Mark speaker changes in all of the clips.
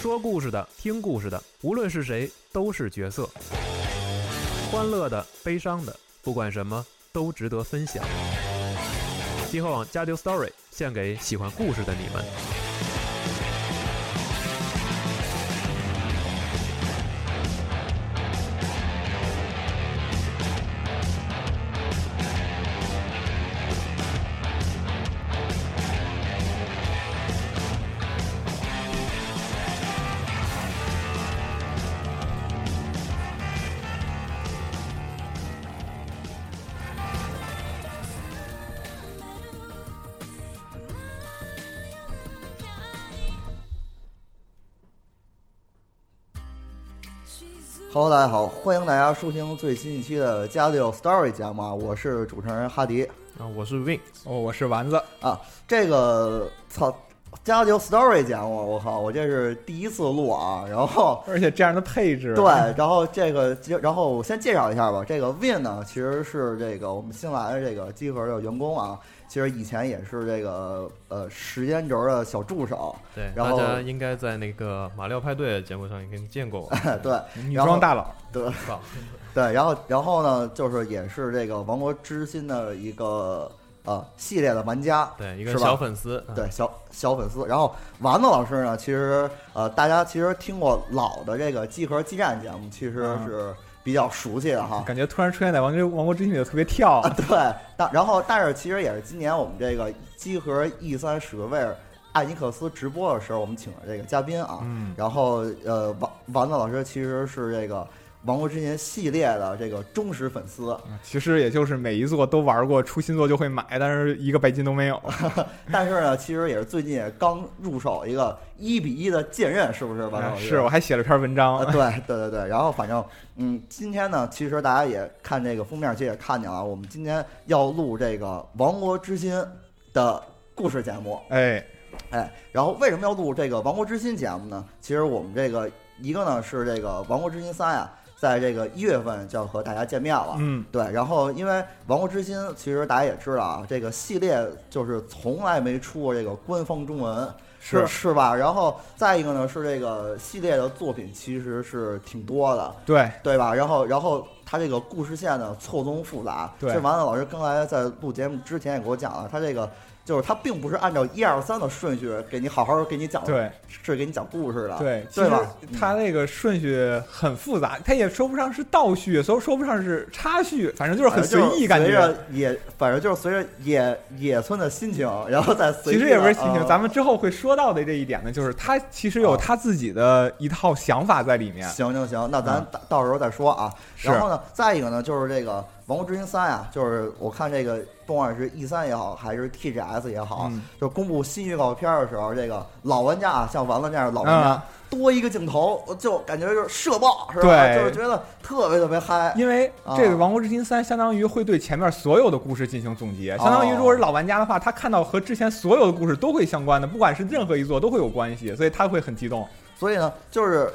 Speaker 1: 说故事的、听故事的，无论是谁，都是角色。欢乐的、悲伤的，不管什么都值得分享。极客网加丢 Story 献给喜欢故事的你们。
Speaker 2: Hello，大家好，欢迎大家收听最新一期的《家里有 Story》节目啊，我是主持人哈迪
Speaker 1: 啊，我是 Win，
Speaker 3: 哦，我是丸子，
Speaker 2: 啊。这个操，《家里有 Story》节目，我靠，我这是第一次录啊。然后
Speaker 3: 而且这样的配置，
Speaker 2: 对，，然后这个，然后我先介绍一下吧。这个 Win 呢，其实是这个我们新来的这个集合的员工啊，其实以前也是这个呃时间轴的小助手，
Speaker 4: 对，
Speaker 2: 然
Speaker 4: 大
Speaker 2: 后
Speaker 4: 家应该在那个马料派对节目上已经见过 我。
Speaker 2: 对啊
Speaker 3: 女
Speaker 2: 然后
Speaker 3: 装大佬，
Speaker 2: 对
Speaker 4: 靠
Speaker 2: 对，然后然后呢，就是也是这个《王国之心》的一个呃系列的玩家，
Speaker 4: 对，一个
Speaker 2: 是吧
Speaker 4: 小粉丝，嗯，
Speaker 2: 对小小粉丝。然后丸子老师呢，其实呃，大家其实听过老的这个机核激战节目，其实
Speaker 3: 嗯
Speaker 2: 是比较熟悉的哈。
Speaker 3: 感觉突然出现在王国王国之心里特别跳
Speaker 2: 啊，，对，但然后但是其实也是今年我们这个机核 E 三史格威尔艾尼克斯直播的时候，我们请了这个嘉宾啊，
Speaker 3: 嗯，
Speaker 2: 然后呃，丸丸子老师其实是这个《王国之心》系列的这个忠实粉 丝，
Speaker 3: 其实也就是每一座都玩过，出新作就会买，但是一个白金都没有，
Speaker 2: 啊但是呢，其实也是最近也刚入手一个一比一的剑刃，是不是丸子老师？
Speaker 3: 是我还写了篇文
Speaker 2: 啊，
Speaker 3: 章，
Speaker 2: 对对对对，然后反正嗯，今天呢，其实大家也看这个封面，其实也看见了，啊我们今天要录这个《亡国之心》的故事节目，
Speaker 3: 哎，
Speaker 2: 哎，然后为什么要录这个《亡国之心》节目呢？其实我们这个一个呢是这个《亡国之心三》呀，在这个一月份就要和大家见面了，
Speaker 3: 嗯，
Speaker 2: 对，然后因为《王国之心》，其实大家也知道啊，这个系列就是从来没出过这个官方中文，是是吧？然后再一个呢，是这个系列的作品其实是挺多的，
Speaker 3: 对，
Speaker 2: 对吧？然后然后它这个故事线呢错综复杂，
Speaker 3: 对
Speaker 2: 这丸子老师刚才在录节目之前也给我讲了，他这个就是他并不是按照一二三的顺序给你好好给你讲，
Speaker 3: 对，
Speaker 2: 是给你讲故事的，
Speaker 3: 对，其
Speaker 2: 啊对
Speaker 3: 实
Speaker 2: 吧？
Speaker 3: 它那个顺序很复杂，它也说不上是倒序，也说说不上是插叙，反正就是很
Speaker 2: 反
Speaker 3: 随
Speaker 2: 正就是
Speaker 3: 意感
Speaker 2: 随
Speaker 3: 觉。
Speaker 2: 着野，反正就是随着野野村的心情，然后再随
Speaker 3: 其
Speaker 2: 意啊
Speaker 3: 实也不是
Speaker 2: 地
Speaker 3: 心情，
Speaker 2: 呃
Speaker 3: 咱们之后会说到的这一点呢，就是他其实有他自己的一套想法在里面。
Speaker 2: 行行行，那
Speaker 3: 嗯
Speaker 2: 咱到到时候再说啊。
Speaker 3: 是
Speaker 2: 然后呢，再一个呢，就是这个《王国之心三》啊，就是我看这个不管是 E 三也好，还是 TGS 也好，
Speaker 3: 嗯
Speaker 2: 就公布新预告片的时候，这个老玩家啊，像丸子这样的老玩家，
Speaker 3: 嗯
Speaker 2: 多一个镜头就感觉就是射爆，是吧？
Speaker 3: 对
Speaker 2: 就是觉得特别特别嗨。
Speaker 3: 因为这
Speaker 2: 啊
Speaker 3: 个《王国之心三》相当于会对前面所有的故事进行总结，
Speaker 2: 哦
Speaker 3: 相当于如果是老玩家的话，他看到和之前所有的故事都会相关的，不管是任何一座都会有关系，所以他会很激动。
Speaker 2: 所以呢，就是，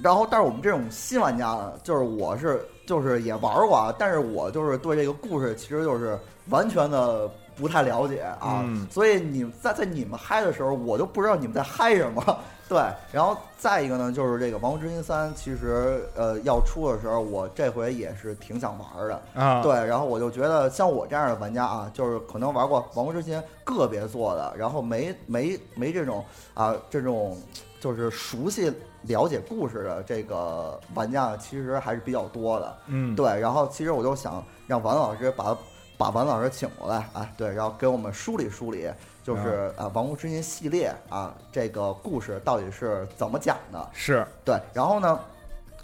Speaker 2: 然后但是我们这种新玩家呢，就是我是就是也玩过啊，但是我就是对这个故事其实就是完全的不太了解啊，
Speaker 3: 嗯
Speaker 2: 所以你们在在你们嗨的时候，我就不知道你们在嗨什么。 对，然后再一个呢，就是这个《王国之心三》，其实呃要出的时候，我这回也是挺想玩的。
Speaker 3: 啊，
Speaker 2: 对，然后我就觉得像我这样的玩家啊，就是可能玩过《王国之心》个别做的，然后没没没这种啊这种就是熟悉了解故事的这个玩家，其实还是比较多的。
Speaker 3: 嗯，
Speaker 2: 对，然后其实我就想让王老师把把王老师请过来啊，对，然后给我们梳理梳理，就是啊《王国之心》系列啊这个故事到底是怎么讲的。
Speaker 3: 是，
Speaker 2: 对，然后呢，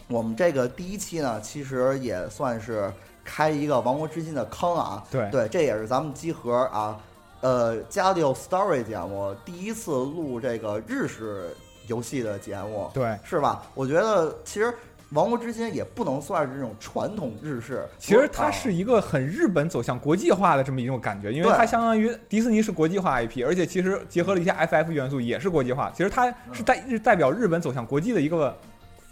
Speaker 2: 我们这个第一期呢，其实也算是开一个亡国之心的坑啊。
Speaker 3: 对
Speaker 2: 对，这也是咱们集合啊，呃，家里有 story 节目第一次录这个日式游戏的节目，
Speaker 3: 对。
Speaker 2: 是吧？我觉得其实。亡国之心也不能算是这种传统日式，
Speaker 3: 其实
Speaker 2: 啊
Speaker 3: 它是一个很日本走向国际化的这么一种感觉，因为
Speaker 2: 对
Speaker 3: 它相当于迪士尼是国际化 IP，而且其实结合了一些 FF 元素也是国际化。其实它是代
Speaker 2: 嗯
Speaker 3: 是代表日本走向国际的一个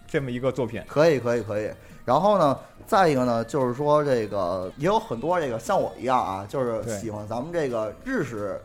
Speaker 3: 这么一个作品。
Speaker 2: 可以，可以，可以。然后呢，再一个呢，就是说这个也有很多这个像我一样啊，就是
Speaker 3: 对
Speaker 2: 喜欢咱们这个日式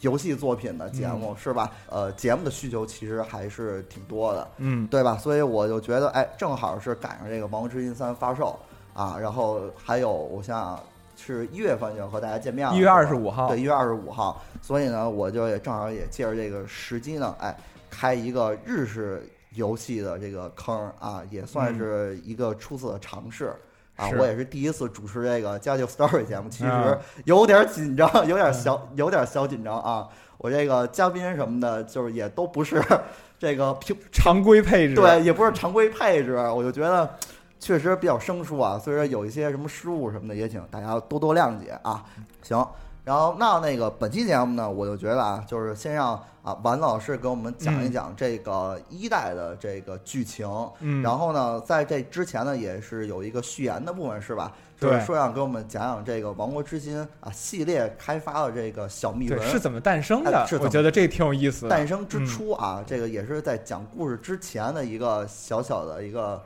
Speaker 2: 游戏作品的节
Speaker 3: 嗯
Speaker 2: 目，是吧？呃，节目的需求其实还是挺多的，
Speaker 3: 嗯，
Speaker 2: 对吧？所以我就觉得，哎，正好是赶上这个《王国之心三》发售啊，然后还有我想想是一月份就和大家见面了，
Speaker 3: 一月
Speaker 2: 是吧
Speaker 3: 二十五号，
Speaker 2: 对，一月二十五号，所以呢，我就也正好也借着这个时机呢，哎，开一个日式游戏的这个坑儿啊，也算是一个初次的尝试。啊，
Speaker 3: 嗯是
Speaker 2: 我也是第一次主持这个《家庭 Story》节目，其实
Speaker 3: 嗯
Speaker 2: 有点紧张，有点小，有点小紧张啊。我这个嘉宾什么的，就是也都不是 这个平
Speaker 3: 常规配置，，
Speaker 2: 对，也不是常规配置，我就觉得确实比较生疏啊。所以说有一些什么失误什么的，也请大家多多谅解啊。行，然后那那个本期节目呢，我就觉得啊，就是先让啊丸子老师给我们讲一讲这个一代的这个剧情。
Speaker 3: 嗯，
Speaker 2: 然后呢，在这之前呢，也是有一个序言的部分，是吧？就
Speaker 3: 对
Speaker 2: 是说让给我们讲讲这个《王国之心》啊系列开发的这个小秘
Speaker 3: 对
Speaker 2: 闻
Speaker 3: 是怎么诞生
Speaker 2: 哎
Speaker 3: 的
Speaker 2: 是？怎么
Speaker 3: 我觉得这挺有意思的，
Speaker 2: 诞生之
Speaker 3: 嗯
Speaker 2: 初啊，这个也是在讲故事之前的一个小小的一个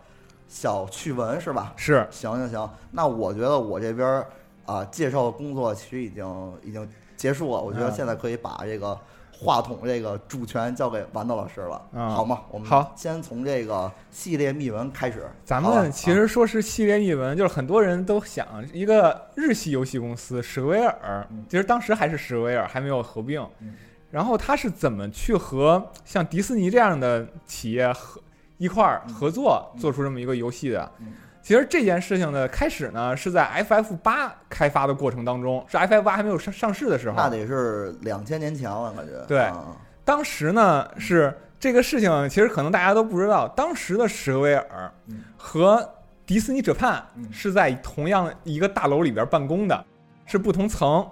Speaker 2: 小趣闻，是吧？
Speaker 3: 是
Speaker 2: 行行行，那我觉得我这边儿啊、介绍工作其实已经已经结束了，我觉得
Speaker 3: 嗯
Speaker 2: 现在可以把这个话筒这个主权交给豌豆老师了，
Speaker 3: 嗯
Speaker 2: 好吗？我们
Speaker 3: 好
Speaker 2: 先从这个系列秘闻开始。
Speaker 3: 咱
Speaker 2: 好啊吧
Speaker 3: 们其实说是系列译文，就是很多人都想一个日系游戏公司史威尔
Speaker 2: 嗯，
Speaker 3: 其实当时还是史威尔，还没有合并
Speaker 2: 嗯。
Speaker 3: 然后他是怎么去和像迪士尼这样的企业合一块儿合作
Speaker 2: 嗯
Speaker 3: 做出这么一个游戏的
Speaker 2: 嗯？
Speaker 3: 其实这件事情的开始呢，是在 FF 八开发的过程当中，是 FF 八还没有上上市的时候。
Speaker 2: 那得是两千年前了，感觉
Speaker 3: 对
Speaker 2: 啊
Speaker 3: 当时呢是这个事情，其实可能大家都不知道，当时的史威尔
Speaker 2: 嗯
Speaker 3: 和迪士尼 Japan
Speaker 2: 嗯
Speaker 3: 是在同样一个大楼里边办公的，是不同层。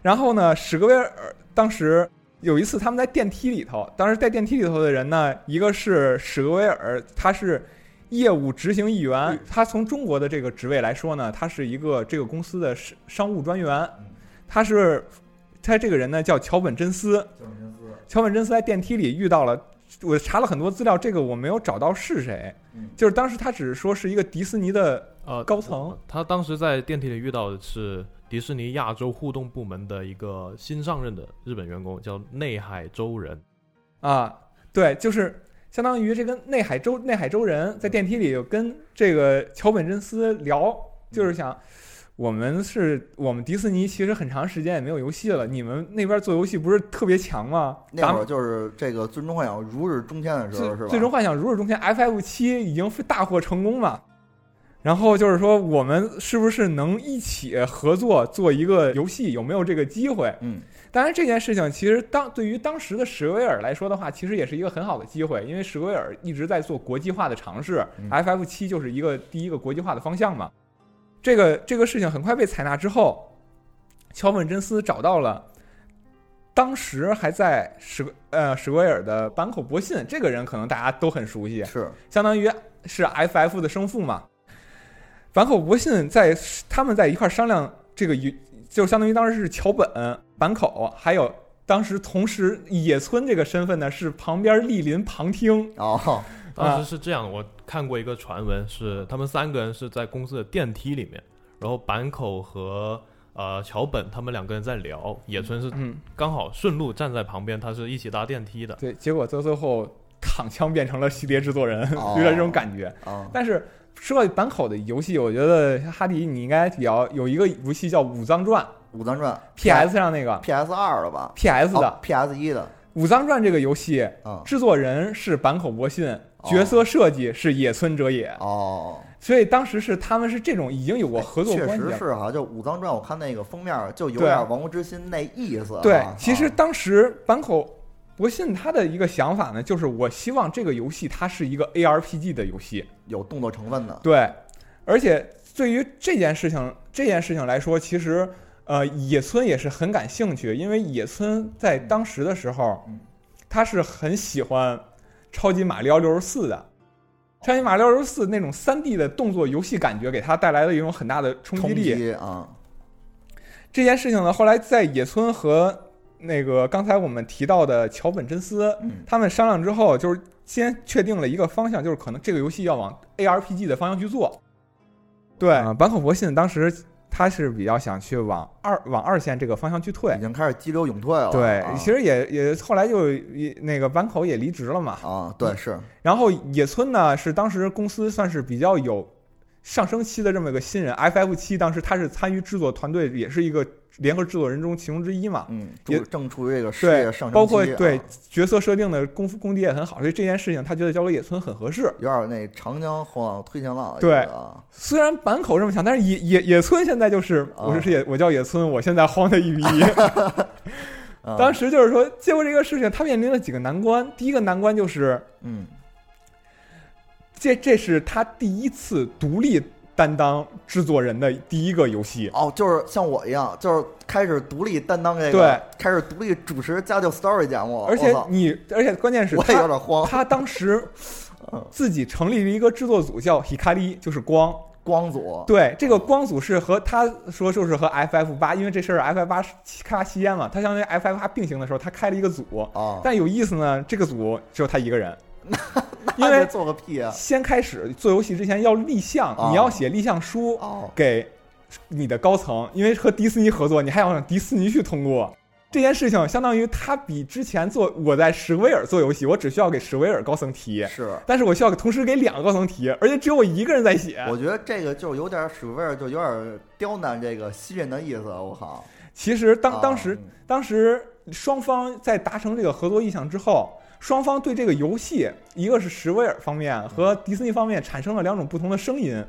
Speaker 3: 然后呢，史威尔当时有一次他们在电梯里头，当时在电梯里头的人呢，一个是史威尔，他是。业务执行议员，他从中国的这个职位来说呢，他是一个这个公司的商商务专员
Speaker 2: 嗯，
Speaker 3: 他是他这个人呢叫桥本真司，桥本真司在电梯里遇到了，我查了很多资料，这个我没有找到是谁，
Speaker 2: 嗯
Speaker 3: 就是当时他只是说是一个迪士尼的，
Speaker 4: 呃，
Speaker 3: 高层
Speaker 4: 他当时在电梯里遇到的是迪士尼亚洲互动部门的一个新上任的日本员工，叫内海周人。
Speaker 3: 啊，对，就是相当于这个内海州内海州人在电梯里有跟这个桥本真司聊，就是想。我们是我们迪士尼，其实很长时间也没有游戏了。你们那边做游戏不是特别强吗？咱
Speaker 2: 那
Speaker 3: 们
Speaker 2: 会儿就是这个《最终幻想》如日中天的时
Speaker 3: 最
Speaker 2: 候，是吧？
Speaker 3: 最终幻想如日中天 FF 七已经大获成功嘛，然后就是说我们是不是能一起合作做一个游戏，有没有这个机会？
Speaker 2: 嗯，
Speaker 3: 当然这件事情其实当对于当时的史威尔来说的话，其实也是一个很好的机会，因为史威尔一直在做国际化的尝试、
Speaker 2: 嗯
Speaker 3: f f 七就是一个第一个国际化的方向嘛。这个这个事情很快被采纳之后，桥本真司找到了当时还在史呃史威尔的坂口博信这个人，可能大家都很熟悉，
Speaker 2: 是
Speaker 3: 相当于是 FF 的生父嘛。坂口博信在他们在一块儿商量这个游，就相当于当时是桥本、坂口，还有当时同时野村这个身份呢是旁边莅临旁听，
Speaker 2: 哦，
Speaker 4: 当
Speaker 3: 啊
Speaker 4: 时是这样，我看过一个传闻，是他们三个人是在公司的电梯里面，然后坂口和呃桥本他们两个人在聊，野村是
Speaker 3: 嗯，
Speaker 4: 刚好顺路站在旁边，他是一起搭电梯的。
Speaker 3: 对，结果到最后躺枪变成了系列制作人，
Speaker 2: 哦
Speaker 3: 有点这种感觉。
Speaker 2: 啊，
Speaker 3: 但是说到坂口的游戏，我觉得哈迪你应该比较有一个游戏叫《武藏传
Speaker 2: 《武藏传》》
Speaker 3: ，PS 上那个
Speaker 2: PS 二了吧？
Speaker 3: PS 的《
Speaker 2: p s 哦一的，
Speaker 3: 武藏传》这个游戏，
Speaker 2: 嗯，
Speaker 3: 制作人是坂口博信，角色设计是野村哲也，
Speaker 2: 哦，
Speaker 3: 所以当时是他们是这种已经有过合作
Speaker 2: 确
Speaker 3: 关系
Speaker 2: 实
Speaker 3: 了。
Speaker 2: 是哈，就《武藏传》，我看那个封面儿就有
Speaker 3: 对啊
Speaker 2: 点《亡国之心》那意思啊。
Speaker 3: 对
Speaker 2: 啊，
Speaker 3: 其实当时坂口博信他的一个想法呢，就是我希望这个游戏它是一个 ARPG 的游戏，
Speaker 2: 有动作成分的，
Speaker 3: 对，而且对于这件事情这件事情来说，其实呃野村也是很感兴趣，因为野村在当时的时候
Speaker 2: 嗯，
Speaker 3: 他是很喜欢超级马里奥六十四的。超级马里奥六十四那种三 D 的动作游戏感觉，给他带来了一种很大的冲
Speaker 2: 冲
Speaker 3: 击力。
Speaker 2: 击啊，
Speaker 3: 这件事情呢，后来在野村和那个刚才我们提到的桥本真司
Speaker 2: 嗯
Speaker 3: 他们商量之后，就是先确定了一个方向，就是可能这个游戏要往 ARPG 啊的方向去做。对，坂口博信当时他是比较想去往二往二线这个方向去退
Speaker 2: 已。经开始激流勇退了。
Speaker 3: 对，
Speaker 2: 啊
Speaker 3: 其实也也后来就也那个坂口也离职了嘛，
Speaker 2: 啊，对，是
Speaker 3: 然后野村呢是当时公司算是比较有上升期的这么一个新人，FF 七当时他是参与制作团队，也是一个联合制作人中其中之一嘛。
Speaker 2: 嗯，
Speaker 3: 也
Speaker 2: 正正处于这个事业
Speaker 3: 对
Speaker 2: 上升期，
Speaker 3: 包括
Speaker 2: 啊
Speaker 3: 对角色设定的功夫功底也很好，所以这件事情他觉得交给野村很合适。
Speaker 2: 有点那长江后浪推前浪，
Speaker 3: 对
Speaker 2: 啊，
Speaker 3: 虽然坂口这么想，但是野野野村现在就是
Speaker 2: 啊
Speaker 3: 我是野我叫野村，我现在慌的一逼。
Speaker 2: 啊
Speaker 3: 当时就是说，结果这个事情他面临了几个难关，第一个难关就是
Speaker 2: 嗯
Speaker 3: 这这是他第一次独立担当制作人的第一个游戏。
Speaker 2: 哦，就是像我一样，就是开始独立担当这个，
Speaker 3: 对，
Speaker 2: 开始独立主持家教 story 节目，
Speaker 3: 而且
Speaker 2: 我操
Speaker 3: 你，而且关键是
Speaker 2: 哦我也有
Speaker 3: 他，
Speaker 2: 点慌，
Speaker 3: 他当时
Speaker 2: 嗯
Speaker 3: 自己成立了一个制作组，叫 Hikari，就是光。
Speaker 2: 光组，
Speaker 3: 对，这个光组是和他说就是和 FF 八，因为这事儿 FF 八开发吸烟嘛，他相当于 FF 八并行的时候，他开了一个组。
Speaker 2: 啊，
Speaker 3: 但有意思呢，这个组只有他一个人，因
Speaker 2: 那
Speaker 3: 为
Speaker 2: 这做个屁啊，
Speaker 3: 先开始做游戏之前要立项，
Speaker 2: 哦
Speaker 3: 你要写立项书
Speaker 2: 哦，
Speaker 3: 给你的高层，因为和迪士尼合作，你还要让迪士尼去通过这件事情，相当于他比之前做我在史威尔做游戏，我只需要给史威尔高层提，
Speaker 2: 是。
Speaker 3: 但是我需要同时给两个高层提，而且只有我一个人在写。
Speaker 2: 我觉得这个就是有点史威尔，就有点刁难这个新人的意思。我靠！
Speaker 3: 其实当
Speaker 2: 啊
Speaker 3: 当时
Speaker 2: 嗯
Speaker 3: 当时双方在达成这个合作意向之后，双方对这个游戏，一个是史威尔方面和迪士尼方面产生了两种不同的声音。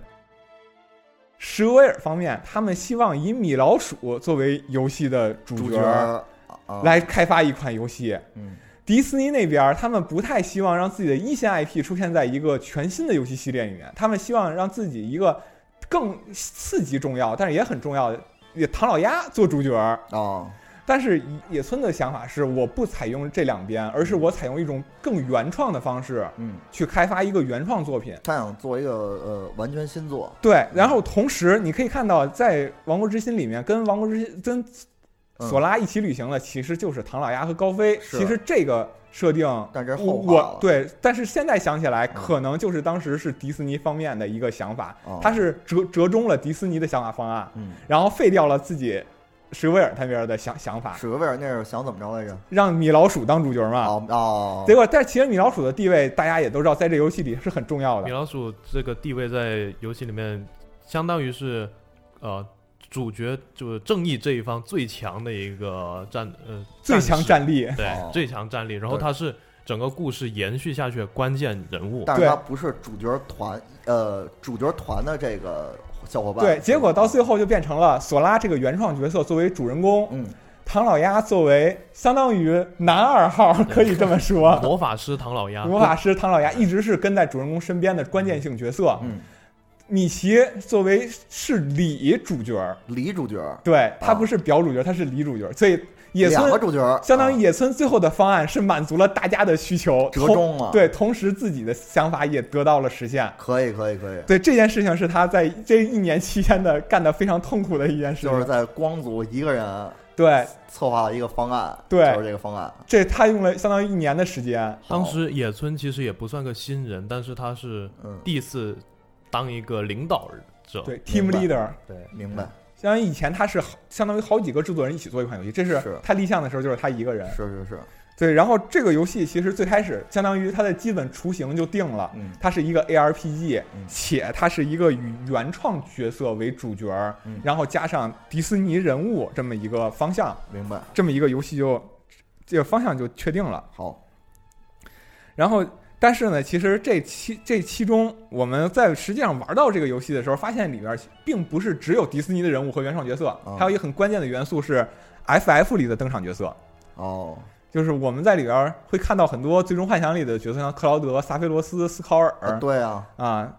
Speaker 3: 史威尔方面，他们希望以米老鼠作为游戏的主
Speaker 2: 嗯主
Speaker 3: 角
Speaker 2: 角儿啊，
Speaker 3: 来开发一款游戏。
Speaker 2: 嗯，
Speaker 3: 迪士尼那边儿，他们不太希望让自己的一线 IP 出现在一个全新的游戏系列里面，他们希望让自己一个更刺激重要，但是也很重要的，也唐老鸭做主角儿。
Speaker 2: 哦，
Speaker 3: 但是野村的想法是，我不采用这两边，而是我采用一种更原创的方式
Speaker 2: 嗯，
Speaker 3: 去开发一个原创作品。
Speaker 2: 他想做一个呃完全新作，
Speaker 3: 对，然后同时你可以看到，在《王国之心》里面，跟《王国之心》跟
Speaker 2: 嗯
Speaker 3: 索拉一起旅行的其实就是唐老鸭和高飞。
Speaker 2: 是
Speaker 3: 其实这个设定，
Speaker 2: 但这是
Speaker 3: 我
Speaker 2: 后话
Speaker 3: 我
Speaker 2: 了嗯
Speaker 3: 对，但是现在想起来，可能就是当时是迪士尼方面的一个想法，
Speaker 2: 哦
Speaker 3: 它是折折中了迪士尼的想法方案，
Speaker 2: 嗯，
Speaker 3: 然后废掉了自己史威尔他那边的想想法，
Speaker 2: 史格威尔那是想怎么着来着？
Speaker 3: 让米老鼠当主角嘛。
Speaker 2: 哦哦，
Speaker 3: 结果，但其实米老鼠的地位大家也都知道，在这游戏里是很重要
Speaker 4: 米
Speaker 3: 的。
Speaker 4: 老鼠这个地位在游戏里面，相当于是呃主角就是正义这一方最强的一个战呃
Speaker 3: 最强
Speaker 4: 士
Speaker 3: 战力，
Speaker 4: 对、
Speaker 2: 哦
Speaker 4: 最强战力，然后
Speaker 2: 对
Speaker 4: 他是整个故事延续下去的关键人物。
Speaker 2: 但是他
Speaker 3: 对
Speaker 2: 不是主角团，呃，主角团的这个小伙伴。
Speaker 3: 对，结果到最，后就变成了索拉这个原创角色作为主人公，
Speaker 2: 嗯，
Speaker 3: 唐老鸭作为相当于男二号，可以这么说。
Speaker 4: 魔法师唐老
Speaker 2: 嗯
Speaker 4: 鸭，
Speaker 3: 魔法师唐老鸭一直是跟在主人公身边的关键性角色，
Speaker 2: 嗯，
Speaker 3: 米奇作为是里主角，
Speaker 2: 李主角，
Speaker 3: 对他
Speaker 2: 啊
Speaker 3: 不是表主角，他是里主角，所以野
Speaker 2: 两个
Speaker 3: 村
Speaker 2: 主角，
Speaker 3: 相当于
Speaker 2: 于
Speaker 3: 野村最后的方案是满足了大家的需求，
Speaker 2: 折
Speaker 3: 同
Speaker 2: 中了。，
Speaker 3: 对，同时自己的想法也得到了实现。
Speaker 2: 可以，可以，可以，
Speaker 3: 对这件事情是他在这一年期间的干的非常痛苦的一件事情。
Speaker 2: 就是在光组一个人
Speaker 3: 对，
Speaker 2: 策划了一个方案，
Speaker 3: 对
Speaker 2: 就是这个方案。
Speaker 3: 这他用了相当于一年的时间。
Speaker 4: 当时野村其实也不算个新人，但是他是
Speaker 2: 嗯，
Speaker 4: 第一次当一个领导者。
Speaker 3: 对，team
Speaker 2: 明白
Speaker 3: leader，
Speaker 4: 对
Speaker 2: 明白，
Speaker 3: 相当于以前他是好相当于好几个制作人一起做一款游戏，这
Speaker 2: 是
Speaker 3: 是他立项的时候就是他一个人。
Speaker 2: 是是是，
Speaker 3: 对，然后这个游戏其实最开始相当于它的基本雏形就定了，
Speaker 2: 嗯
Speaker 3: 它是一个 ARPG，
Speaker 2: 嗯
Speaker 3: 且它是一个以原创角色为主角儿
Speaker 2: 嗯，
Speaker 3: 然后加上迪士尼人物这么一个方向，
Speaker 2: 明白。
Speaker 3: 这么一个游戏就这个方向就确定了。
Speaker 2: 好，
Speaker 3: 然后，但是呢，其实这期这其中，我们在实际上玩到这个游戏的时候，发现里边并不是只有迪士尼的人物和原创角色
Speaker 2: 嗯，
Speaker 3: 还有一个很关键的元素是 FF 里的登场角色。
Speaker 2: 哦，
Speaker 3: 就是我们在里边会看到很多《最终幻想》里的角色，像克劳德、萨菲罗斯、斯考
Speaker 2: 啊
Speaker 3: 尔
Speaker 2: 对啊，
Speaker 3: 啊，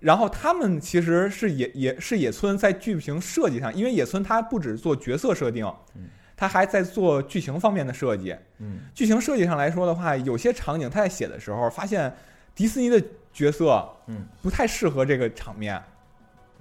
Speaker 3: 然后他们其实是野野是野村在剧情设计上，因为野村他不只做角色设定
Speaker 2: 嗯，
Speaker 3: 他还在做剧情方面的设计。
Speaker 2: 嗯，
Speaker 3: 剧情设计上来说的话，有些场景他在写的时候发现迪士尼的角色，
Speaker 2: 嗯，
Speaker 3: 不太适合这个场面，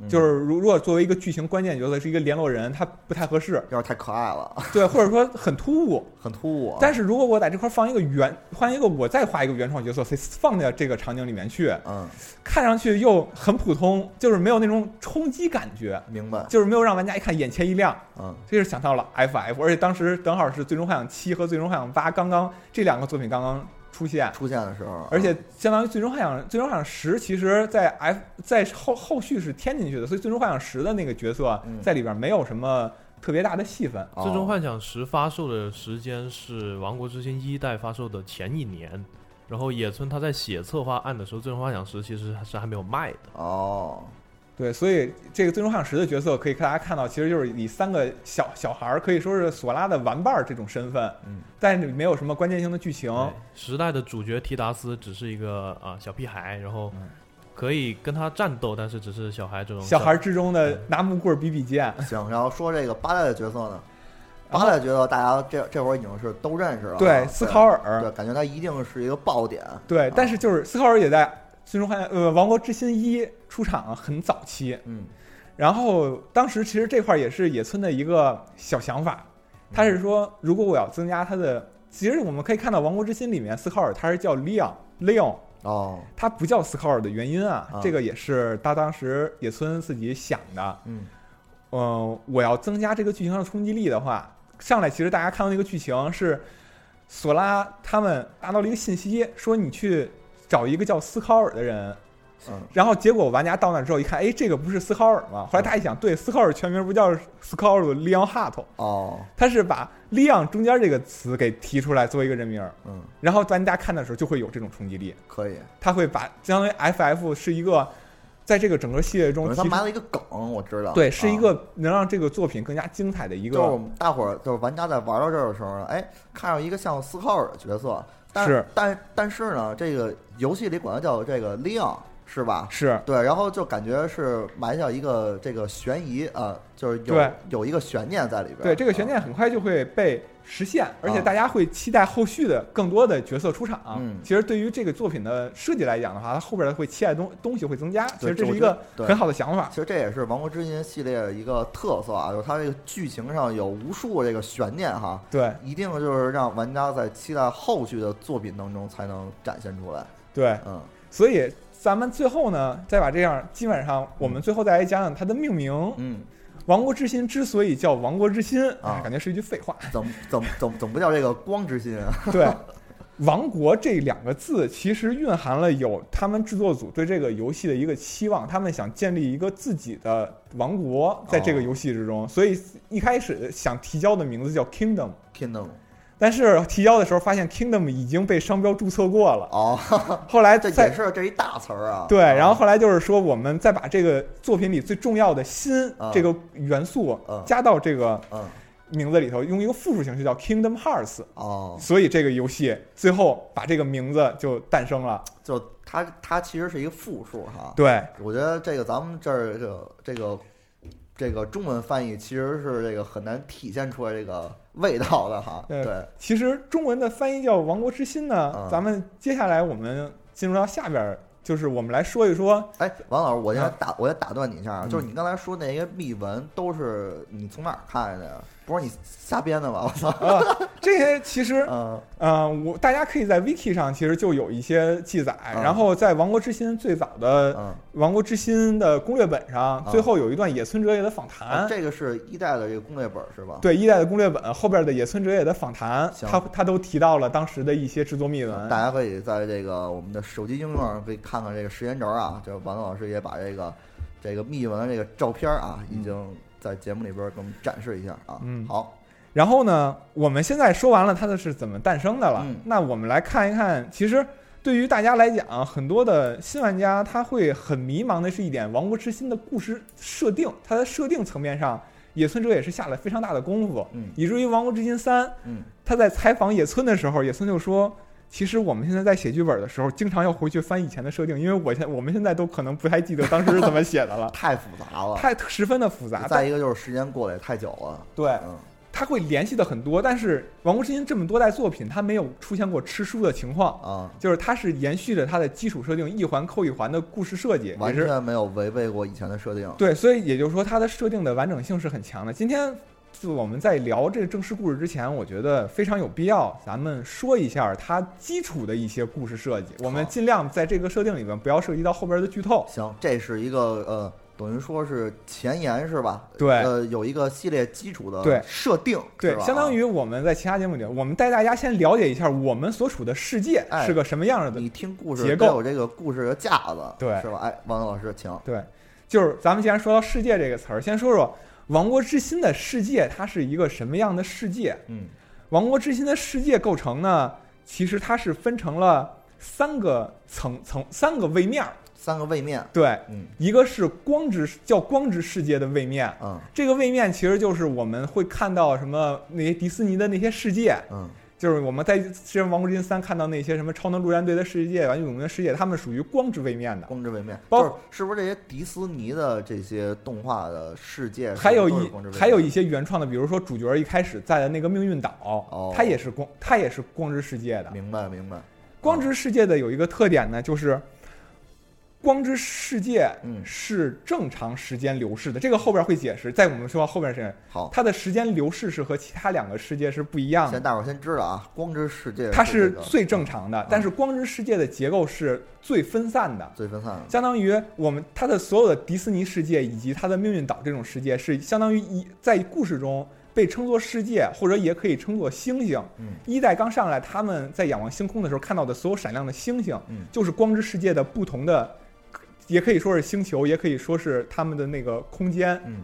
Speaker 3: 就是如如果作为一个剧情关键角色是一个联络人，他不太合适，
Speaker 2: 有点太可爱了，
Speaker 3: 对，或者说很突兀。
Speaker 2: 很突兀啊。
Speaker 3: 但是如果我在这块放一个原，换一个我再画一个原创角色，放在这个场景里面去，
Speaker 2: 嗯，
Speaker 3: 看上去又很普通，就是没有那种冲击感觉，
Speaker 2: 明白，
Speaker 3: 就是没有让玩家一看眼前一亮。
Speaker 2: 嗯
Speaker 3: 这就是想到了 FF，而且当时正好是《最终幻想七》和《最终幻想八》刚刚这两个作品刚刚出现，
Speaker 2: 出现的时候，
Speaker 3: 而且相当于最终幻想《最终幻想十》，其实在 F 在后后续是添进去的，所以《最终幻想十》的那个角色
Speaker 2: 嗯
Speaker 3: 在里边没有什么特别大的戏份。
Speaker 2: 哦
Speaker 4: 最终幻想十》发售的时间是《王国之心》一代发售的前一年，然后野村他在写策划案的时候，《最终幻想十》其实是还没有卖的。
Speaker 2: 哦，
Speaker 3: 对，所以这个《最终幻想十》的角色可以大家看到，其实就是以三个小小孩儿可以说是索拉的玩伴儿这种身份，
Speaker 2: 嗯，
Speaker 3: 但是没有什么关键性的剧情。
Speaker 4: 对时代的主角提达斯只是一个啊、小屁孩，然后
Speaker 2: 嗯
Speaker 4: 可以跟他战斗，但是只是小孩这种
Speaker 3: 小孩之中的拿木棍儿比比剑，
Speaker 2: 行。然后说这个八代的角色呢，八代的角色大家这这会儿已经是都认识了啊，
Speaker 3: 对，斯考尔，
Speaker 2: 对，感觉他一定是一个爆点，
Speaker 3: 对
Speaker 2: 啊，
Speaker 3: 但是就是斯考尔也在《最终幻想》呃《王国之心一》出场很早期，
Speaker 2: 嗯，
Speaker 3: 然后当时其实这块儿也是野村的一个小想法，他是说如果我要增加他的，其实我们可以看到《王国之心》里面斯考尔他是叫 Leon Leon，
Speaker 2: 哦，
Speaker 3: 他不叫斯考尔的原因啊，
Speaker 2: 啊
Speaker 3: 这个也是他当时野村自己想的。
Speaker 2: 嗯，
Speaker 3: 嗯、我要增加这个剧情上的冲击力的话，上来其实大家看到那个剧情是索拉他们拿到了一个信息，说你去找一个叫斯考尔的人。
Speaker 2: 嗯，
Speaker 3: 然后结果玩家到那之后一看，哎，这个不是斯考尔吗？后来他一想，对，斯考尔全名不叫斯考尔利昂哈特，
Speaker 2: 哦，
Speaker 3: 他是把利昂中间这个词给提出来做一个人名儿，
Speaker 2: 嗯，
Speaker 3: 然后玩家看的时候就会有这种冲击力。
Speaker 2: 可以。
Speaker 3: 他会把相当于 FF 是一个在这个整个系列中
Speaker 2: 等于
Speaker 3: 提
Speaker 2: 他
Speaker 3: 出
Speaker 2: 埋了一个梗，我知道。
Speaker 3: 对，是
Speaker 2: 啊
Speaker 3: 一个能让这个作品更加精彩的一
Speaker 2: 就是我
Speaker 3: 个。
Speaker 2: 们大伙儿就是玩家在玩到这儿的时候呢，哎，看到一个像斯考尔的角色，但
Speaker 3: 是
Speaker 2: 但但是呢，这个游戏里管它叫这个 Leon 是吧？
Speaker 3: 是
Speaker 2: 对，然后就感觉是埋下一个这个悬疑啊、呃就是有
Speaker 3: 对
Speaker 2: 有一个悬念在里边儿。
Speaker 3: 对，这个悬
Speaker 2: 啊
Speaker 3: 念很快就会被实现，而且大家会期待后续的更多的角色出场。
Speaker 2: 嗯
Speaker 3: 其实对于这个作品的设计来讲的话，它后边会期待东东西会增加，其
Speaker 2: 对
Speaker 3: 实这
Speaker 2: 这
Speaker 3: 是
Speaker 2: 我觉
Speaker 3: 一个
Speaker 2: 得对
Speaker 3: 很好的想法。
Speaker 2: 其实这也是《王国之心》系列的一个特色啊，就是它这个剧情上有无数这个悬念哈，
Speaker 3: 对
Speaker 2: 一定就是让玩家在期待后续的作品当中才能展现出来。
Speaker 3: 对，
Speaker 2: 嗯，
Speaker 3: 所以咱们最后呢，再把这样，基本上我们最后再来讲讲它的命名。
Speaker 2: 嗯，
Speaker 3: 王国之心之所以叫王国之心哎
Speaker 2: 啊
Speaker 3: 感觉是一句废话。
Speaker 2: 怎么怎么怎么怎么不叫这个光之心啊？
Speaker 3: 对，“王国”这两个字其实蕴含了有他们制作组对这个游戏的一个期望，他们想建立一个自己的王国在这个游戏之中，所以一开始想提交的名字叫 Kingdom，
Speaker 2: Kingdom
Speaker 3: 但是提交的时候发现 Kingdom 已经被商标注册过了，
Speaker 2: 哦，
Speaker 3: 后来
Speaker 2: 这
Speaker 3: 再
Speaker 2: 也是这一大词儿啊。
Speaker 3: 对，
Speaker 2: 啊
Speaker 3: 然后后来就是说我们再把这个作品里最重要的“心
Speaker 2: 啊”
Speaker 3: 这个元素
Speaker 2: 啊
Speaker 3: 加到这个
Speaker 2: 嗯
Speaker 3: 名字里头，用一个复数形式叫 Kingdom Hearts。
Speaker 2: 哦，
Speaker 3: 所以这个游戏最后把这个名字就诞生了。
Speaker 2: 就它它其实是一个复数哈。
Speaker 3: 对，
Speaker 2: 我觉得这个咱们这儿这个这个这个中文翻译其实是这个很难体现出来这个味道的哈。
Speaker 3: 对
Speaker 2: 对，
Speaker 3: 其实中文的翻译叫《亡国之心》呢
Speaker 2: 嗯。
Speaker 3: 咱们接下来我们进入到下边儿，就是我们来说 一说，
Speaker 2: 哎，王老师，我先
Speaker 3: 啊
Speaker 2: 打，我先打断你一下啊，
Speaker 3: 嗯
Speaker 2: 就是你刚才说那些密文都是你从哪儿看的呀？不是你瞎编的吧？我 操！
Speaker 3: 呃，这些其实，
Speaker 2: 嗯
Speaker 3: 呃，我大家可以在 Wiki 上其实就有一些记载，
Speaker 2: 嗯
Speaker 3: 然后在《亡国之心》最早的《
Speaker 2: 嗯，
Speaker 3: 亡国之心》的攻略本上，
Speaker 2: 嗯哦
Speaker 3: 最后有一段野村哲也的访谈。
Speaker 2: 啊这个是一代的这个攻略本是吧？
Speaker 3: 对一代的攻略本后边的野村哲也的访谈，
Speaker 2: 行
Speaker 3: 他他都提到了当时的一些制作秘
Speaker 2: 嗯
Speaker 3: 闻。
Speaker 2: 大家可以在这个我们的手机应用上可以看看这个时间轴啊，就是王老师也把这个这个密文的这个照片啊，已经在节目里边给我们展示一下啊。
Speaker 3: 嗯
Speaker 2: 好，
Speaker 3: 然后呢，我们现在说完了它的是怎么诞生的了。
Speaker 2: 嗯
Speaker 3: 那我们来看一看，其实对于大家来讲，很多的新玩家他会很迷茫的是一点，《王国之心》的故事设定，它的设定层面上，野村哲也是下了非常大的功夫，
Speaker 2: 嗯
Speaker 3: 以至于《王国之心三》，
Speaker 2: 嗯，
Speaker 3: 他在采访野村的时候，野村就说。其实我们现在在写剧本的时候，经常要回去翻以前的设定，因为我现我们现在都可能不太记得当时是怎 么写的了，
Speaker 2: 太复杂了，
Speaker 3: 太十分的复杂。
Speaker 2: 再一个就是时间过得也太久了，
Speaker 3: 对，
Speaker 2: 嗯
Speaker 3: 它会联系的很多，但是《王国之心》这么多代作品，它没有出现过吃书的情况，
Speaker 2: 啊，
Speaker 3: 就是它是延续着它的基础设定一环扣一环的故事设计，也
Speaker 2: 完
Speaker 3: 是
Speaker 2: 全没有违背过以前的设定。
Speaker 3: 对，所以也就是说，它的设定的完整性是很强的。今天就我们在聊这个正式故事之前，我觉得非常有必要，咱们说一下它基础的一些故事设计。我们
Speaker 2: 好
Speaker 3: 尽量在这个设定里面不要涉及到后边的剧透。
Speaker 2: 行，这是一个呃，等于说是前言是吧？
Speaker 3: 对
Speaker 2: 呃，有一个系列基础
Speaker 3: 对
Speaker 2: 的设定，是
Speaker 3: 对，
Speaker 2: 吧
Speaker 3: 相当于我们在其他节目里，我们带大家先了解一下我们所处的世界
Speaker 2: 哎
Speaker 3: 是个什么样的。
Speaker 2: 你听故事
Speaker 3: 结
Speaker 2: 得
Speaker 3: 构
Speaker 2: 有这个故事的架子，
Speaker 3: 对
Speaker 2: 是吧？哎，王老师，请。
Speaker 3: 对，就是咱们既然说到“世界”这个词儿，先说说《王国之心》的世界，它是一个什么样的世界？
Speaker 2: 嗯，
Speaker 3: 王国之心的世界构成呢，其实它是分成了三个层层三个位面儿。
Speaker 2: 三个位面，
Speaker 3: 对，
Speaker 2: 嗯
Speaker 3: 一个是光之叫光之世界的位面，
Speaker 2: 嗯
Speaker 3: 这个位面其实就是我们会看到什么那些迪士尼的那些世界，
Speaker 2: 嗯
Speaker 3: 就是我们在《之前王国之心三》看到那些什么超能陆战队的世界、玩具总动员的世界，他们属于光之位面的。
Speaker 2: 光之位面，
Speaker 3: 包
Speaker 2: 就是是不是这些迪斯尼的这些动画的世界，
Speaker 3: 还有
Speaker 2: 是不是都是
Speaker 3: 一
Speaker 2: 光之位面
Speaker 3: 还有一些原创的，比如说主角一开始在的那个命运岛
Speaker 2: 哦，
Speaker 3: 它也是光它也是光之世界的。
Speaker 2: 明白明白，
Speaker 3: 光之世界的有一个特点呢，就是光之世界
Speaker 2: 嗯
Speaker 3: 是正常时间流逝的，这个后边会解释，在我们说到后边是
Speaker 2: 好，
Speaker 3: 它的时间流逝是和其他两个世界是不一样
Speaker 2: 哦先
Speaker 3: 的，
Speaker 2: 大伙儿先知道啊，光之世界
Speaker 3: 它
Speaker 2: 是
Speaker 3: 是
Speaker 2: 这个嗯
Speaker 3: 最正常的，但是光之世界的结构是最分散的。
Speaker 2: 最分散的，
Speaker 3: 相当于我们它的所有的迪士尼世界以及它的命运岛这种世界，是相当于一在故事中被称作世界，或者也可以称作星星。
Speaker 2: 嗯
Speaker 3: 一代刚上来，他们在仰望星空的时候看到的所有闪亮的星星，
Speaker 2: 嗯
Speaker 3: 就是光之世界的不同的，也可以说是星球，也可以说是他们的那个空间。
Speaker 2: 嗯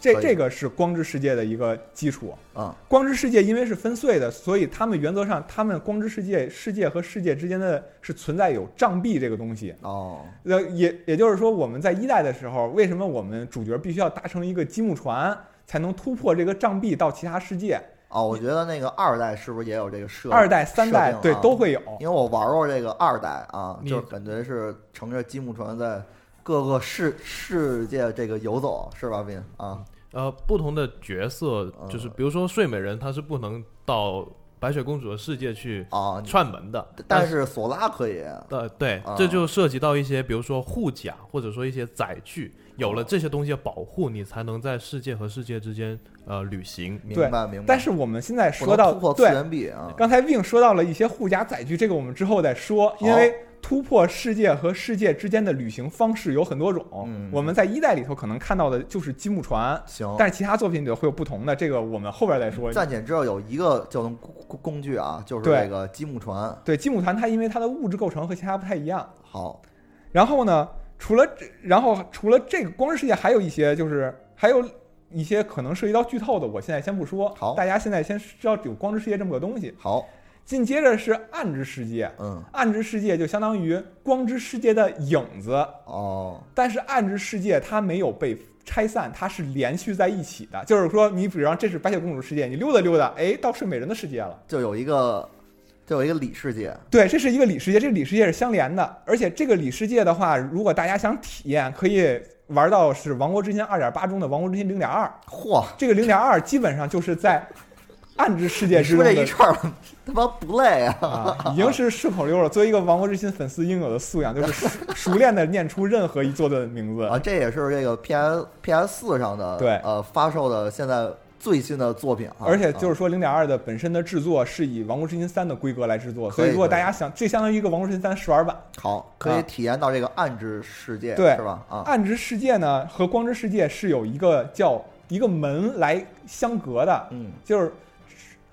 Speaker 3: 这
Speaker 2: 可以
Speaker 3: 这个是光之世界的一个基础。
Speaker 2: 啊
Speaker 3: 光之世界因为是分碎的，所以他们原则上，他们光之世界世界和世界之间的是存在有障壁这个东西。
Speaker 2: 哦，
Speaker 3: 呃，也也就是说，我们在一代的时候，为什么我们主角必须要搭乘一个积木船才能突破这个障壁到其他世界？
Speaker 2: 哦，我觉得那个二代是不是也有这个设？
Speaker 3: 二代、三代
Speaker 2: 设定啊
Speaker 3: 对都会有。
Speaker 2: 因为我玩过这个二代啊，
Speaker 4: 你
Speaker 2: 就感觉是乘着积木船在各个世世界这个游走，是吧，斌啊？
Speaker 4: 呃，不同的角色
Speaker 2: 嗯
Speaker 4: 就是，比如说睡美人，她是不能到白雪公主的世界去
Speaker 2: 啊，你
Speaker 4: 串门的，
Speaker 2: 但
Speaker 4: 是。
Speaker 2: 是索拉可以，
Speaker 4: 呃，对
Speaker 2: 啊，
Speaker 4: 这就涉及到一些，比如说护甲，或者说一些载具，有
Speaker 3: 啊
Speaker 4: 了这些东西的保护，你才能在世界和世界之间呃旅行。
Speaker 2: 明
Speaker 3: 对
Speaker 2: 白明白。
Speaker 3: 但是我们现在
Speaker 2: 不能
Speaker 3: 说到
Speaker 2: 突破次
Speaker 3: 对，
Speaker 2: 元壁啊，
Speaker 3: 刚才 Wing 说到了一些护甲载具，这个我们之后再说，因为突破世界和世界之间的旅行方式有很多种。
Speaker 2: 嗯哦
Speaker 3: 我们在一代里头可能看到的就是积木船，
Speaker 2: 行。
Speaker 3: 但是其他作品里头会有不同的，这个我们后边再说。
Speaker 2: 暂且知道有一个交通工工工具啊，就是
Speaker 3: 对
Speaker 2: 这个积木船。
Speaker 3: 对，积木船它因为它的物质构成和其他不太一样。
Speaker 2: 好，
Speaker 3: 然后呢，除了这，然后除了这个光之世界，还有一些就是还有一些可能涉及到剧透的，我现在先不说。
Speaker 2: 好
Speaker 3: 大家现在先知道有光之世界这么个东西。
Speaker 2: 好，
Speaker 3: 紧接着是暗之世界，
Speaker 2: 嗯，
Speaker 3: 暗之世界就相当于光之世界的影子，
Speaker 2: 哦，
Speaker 3: 但是暗之世界它没有被拆散，它是连续在一起的。就是说，你比方这是白雪公主世界，你溜达溜达，哎，到睡美人的世界了。
Speaker 2: 就有一个，就有一个里世界，
Speaker 3: 对，这是一个里世界，这个里世界是相连的，而且这个里世界的话，如果大家想体验，可以玩到是《王国之心2.8》中的《王国之心0.2》，
Speaker 2: 嚯，
Speaker 3: 这个0.2基本本上就是在暗之世界之
Speaker 2: 说
Speaker 3: 中
Speaker 2: 这一
Speaker 3: 的
Speaker 2: 串儿 他妈不累啊！
Speaker 3: 啊，已经是顺口溜了。作为一个《王国之心》粉丝应有的素养，就是熟熟练的念出任何一座的名字
Speaker 2: 啊，。这也是这个 P S P S 四上的
Speaker 3: 对
Speaker 2: 呃发售的现在最新的作品啊，
Speaker 3: 而且就是是说，0.2的本身的制作是以《王国之心3》的规格来制作，所
Speaker 2: 可
Speaker 3: 以
Speaker 2: 以
Speaker 3: 如果
Speaker 2: 可以
Speaker 3: 大家想，这相当于一个《王国之心3》试玩版。
Speaker 2: 好，可
Speaker 3: 啊
Speaker 2: 以体验到这个暗之世界，
Speaker 3: 对
Speaker 2: 是吧？啊，
Speaker 3: 暗之世界呢和光之世界是有一个叫一个门来相隔的，
Speaker 2: 嗯，
Speaker 3: 就是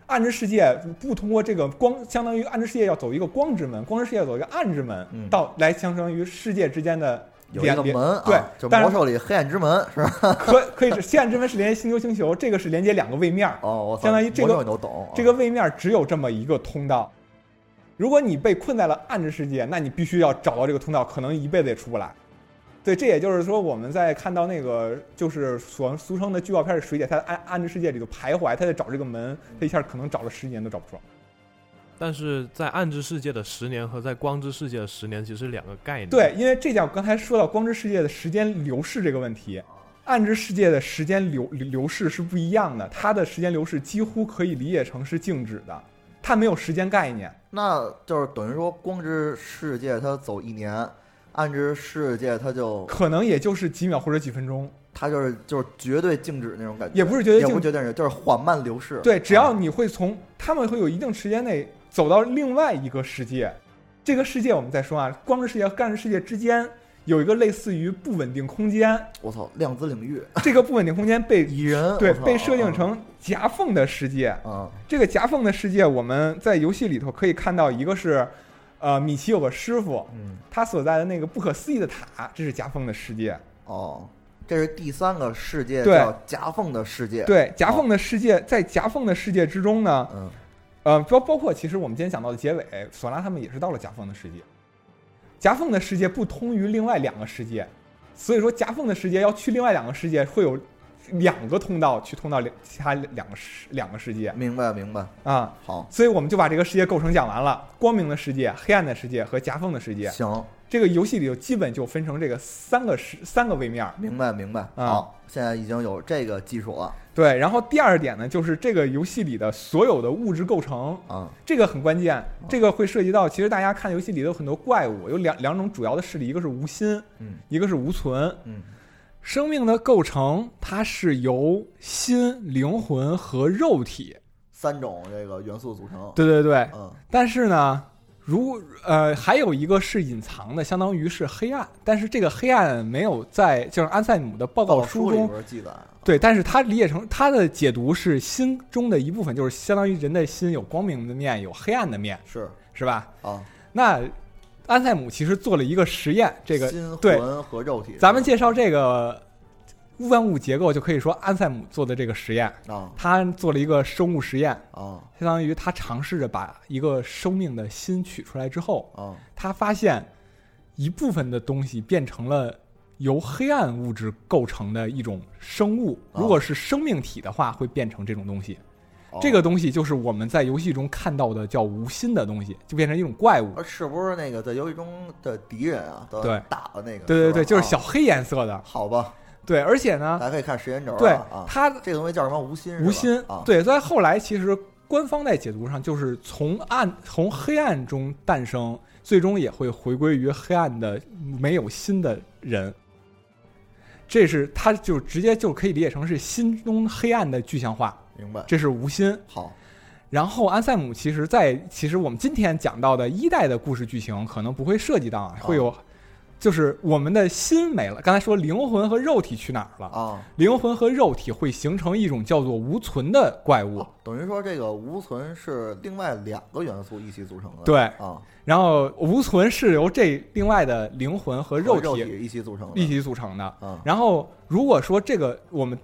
Speaker 3: 暗之世界不通过这个光，相当于暗之世界要走一个光之门，光之世界要走一个暗之门，
Speaker 2: 嗯
Speaker 3: 到来相当于世界之间的
Speaker 2: 有一
Speaker 3: 连
Speaker 2: 个
Speaker 3: 连。
Speaker 2: 门啊，
Speaker 3: 对
Speaker 2: 就
Speaker 3: 但是
Speaker 2: 魔兽里黑暗之门是吧？
Speaker 3: 可可以是黑暗之门是连接星球星球，这个是连接两个位面儿，
Speaker 2: 哦，我操
Speaker 3: 相当于这个
Speaker 2: 魔兽你都懂啊，
Speaker 3: 这个位面儿只有这么一个通道。如果你被困在了暗之世界，那你必须要找到这个通道，可能一辈子也出不来。对，这也就是说，我们在看到那个就是所俗称的剧照片的水姐，她在暗暗之世界里头徘徊，她在找这个门，她一下可能找了十几年都找不着。
Speaker 4: 但是在暗之世界的十年和在光之世界的十年其实是两个概念。
Speaker 3: 对，，因为这讲刚才说到光之世界的时间流逝这个问题，暗之世界的时间流流逝是不一样的，它的时间流逝几乎可以理解成是静止的，它没有时间概念。
Speaker 2: 那就是等于说光之世界它走一年，暗之世界它就
Speaker 3: 可能也就是几秒或者几分钟，
Speaker 2: 它就是就是绝对静止那种感觉，
Speaker 3: 也不是绝对
Speaker 2: 也不
Speaker 3: 静
Speaker 2: 是
Speaker 3: 止。
Speaker 2: 绝对静止，就是缓慢流逝。
Speaker 3: 对，只要
Speaker 2: 啊
Speaker 3: 你会从他们会有一定时间内走到另外一个世界，这个世界我们再说啊，光之世界和干之世界之间有一个类似于不稳定空间，
Speaker 2: 我操，量子领域
Speaker 3: 这个不稳定空间 被
Speaker 2: 蚁人
Speaker 3: 对
Speaker 2: 我操
Speaker 3: 被设定成夹缝的世界。
Speaker 2: 啊
Speaker 3: 这个夹缝的世界，我们在游戏里头可以看到，一个是，呃，米奇有个师傅，
Speaker 2: 嗯
Speaker 3: 他所在的那个不可思议的塔，这是夹缝的世界。
Speaker 2: 哦，这是第三个世界
Speaker 3: 对
Speaker 2: 叫夹缝的世界。，
Speaker 3: 对，夹缝的世界，在夹缝的世界之中呢，
Speaker 2: 嗯
Speaker 3: 呃，包包括其实我们今天讲到的结尾，索拉他们也是到了夹缝的世界。夹缝的世界不通于另外两个世界，所以说夹缝的世界要去另外两个世界，会有两个通道去通到两其他两个世两个世界
Speaker 2: 明白明白。
Speaker 3: 啊。
Speaker 2: 好，
Speaker 3: 所以我们就把这个世界构成讲完了：光明的世界、黑暗的世界和夹缝的世界。
Speaker 2: 行，
Speaker 3: 这个游戏里就基本就分成这个三个世三个位面儿。
Speaker 2: 明白明白。
Speaker 3: 嗯
Speaker 2: 好，现在已经有这个技术了
Speaker 3: 对，然后第二点呢，就是这个游戏里的所有的物质构成，
Speaker 2: 啊。
Speaker 3: 这个很关键，这个会涉及到，其实大家看游戏里有很多怪物，有两两种主要的势力，一个是无心，
Speaker 2: 嗯，
Speaker 3: 一个是无存。
Speaker 2: 嗯，
Speaker 3: 生命的构成，它是由心、灵魂和肉体，
Speaker 2: 三种这个元素组成。，
Speaker 3: 对对对。
Speaker 2: 嗯
Speaker 3: 但是呢，如呃还有一个是隐藏的，相当于是黑暗，但是这个黑暗没有在就是安塞姆的报告
Speaker 2: 报
Speaker 3: 书
Speaker 2: 书里
Speaker 3: 中。
Speaker 2: 边记载啊。
Speaker 3: 对，但是他理解成他的解读是心中的一部分，就是相当于人的心有光明的面，有黑暗的面，
Speaker 2: 是
Speaker 3: 是吧？
Speaker 2: 啊，
Speaker 3: 那安塞姆其实做了一个实验，这个
Speaker 2: 心
Speaker 3: 对，
Speaker 2: 魂和肉体。
Speaker 3: 咱们介绍这个万物结构，就可以说安塞姆做的这个实验，
Speaker 2: 啊
Speaker 3: 他做了一个生物实验，
Speaker 2: 啊
Speaker 3: 相当于他尝试着把一个生命的心取出来之后，
Speaker 2: 啊
Speaker 3: 他发现一部分的东西变成了。由黑暗物质构成的一种生物，
Speaker 2: 哦
Speaker 3: 如果是生命体的话，会变成这种东西。
Speaker 2: 哦
Speaker 3: 这个东西就是我们在游戏中看到的叫无心的东西，就变成一种怪物。
Speaker 2: 而是不是那个在游戏中的敌人啊？都
Speaker 3: 对
Speaker 2: 打的那个。
Speaker 3: 对对
Speaker 2: 吧
Speaker 3: 对，就
Speaker 2: 啊
Speaker 3: 是小黑颜色的。
Speaker 2: 好吧，
Speaker 3: 对，而且
Speaker 2: 大
Speaker 3: 呢，
Speaker 2: 家可以看时间轴啊。
Speaker 3: 对
Speaker 2: 啊，
Speaker 3: 它
Speaker 2: 这个东西叫什么？无心是吧。
Speaker 3: 无心
Speaker 2: 啊。，
Speaker 3: 对，在后来其实官方在解读上就是从暗从黑暗中诞生，最终也会回归于黑暗的没有心的人。这是它就直接就可以理解成是心中黑暗的具象化，
Speaker 2: 明白。
Speaker 3: 这是无心。
Speaker 2: 好，
Speaker 3: 然后安塞姆其实在，其实我们今天讲到的一代的故事剧情可能不会涉及到啊，会有，就是我们的心没了。刚才说灵魂和肉体去哪儿了？
Speaker 2: 啊，
Speaker 3: 灵魂和肉体会形成一种叫做无存的怪物。
Speaker 2: 等于说这个无存是另外两个元素一起组成的。
Speaker 3: 对
Speaker 2: 啊，
Speaker 3: 然后无存是由这另外的灵魂
Speaker 2: 和
Speaker 3: 和哦肉
Speaker 2: 肉
Speaker 3: 体哦
Speaker 2: 一起组成的。
Speaker 3: 一起组成的。
Speaker 2: 啊
Speaker 3: 然后如果说这个我们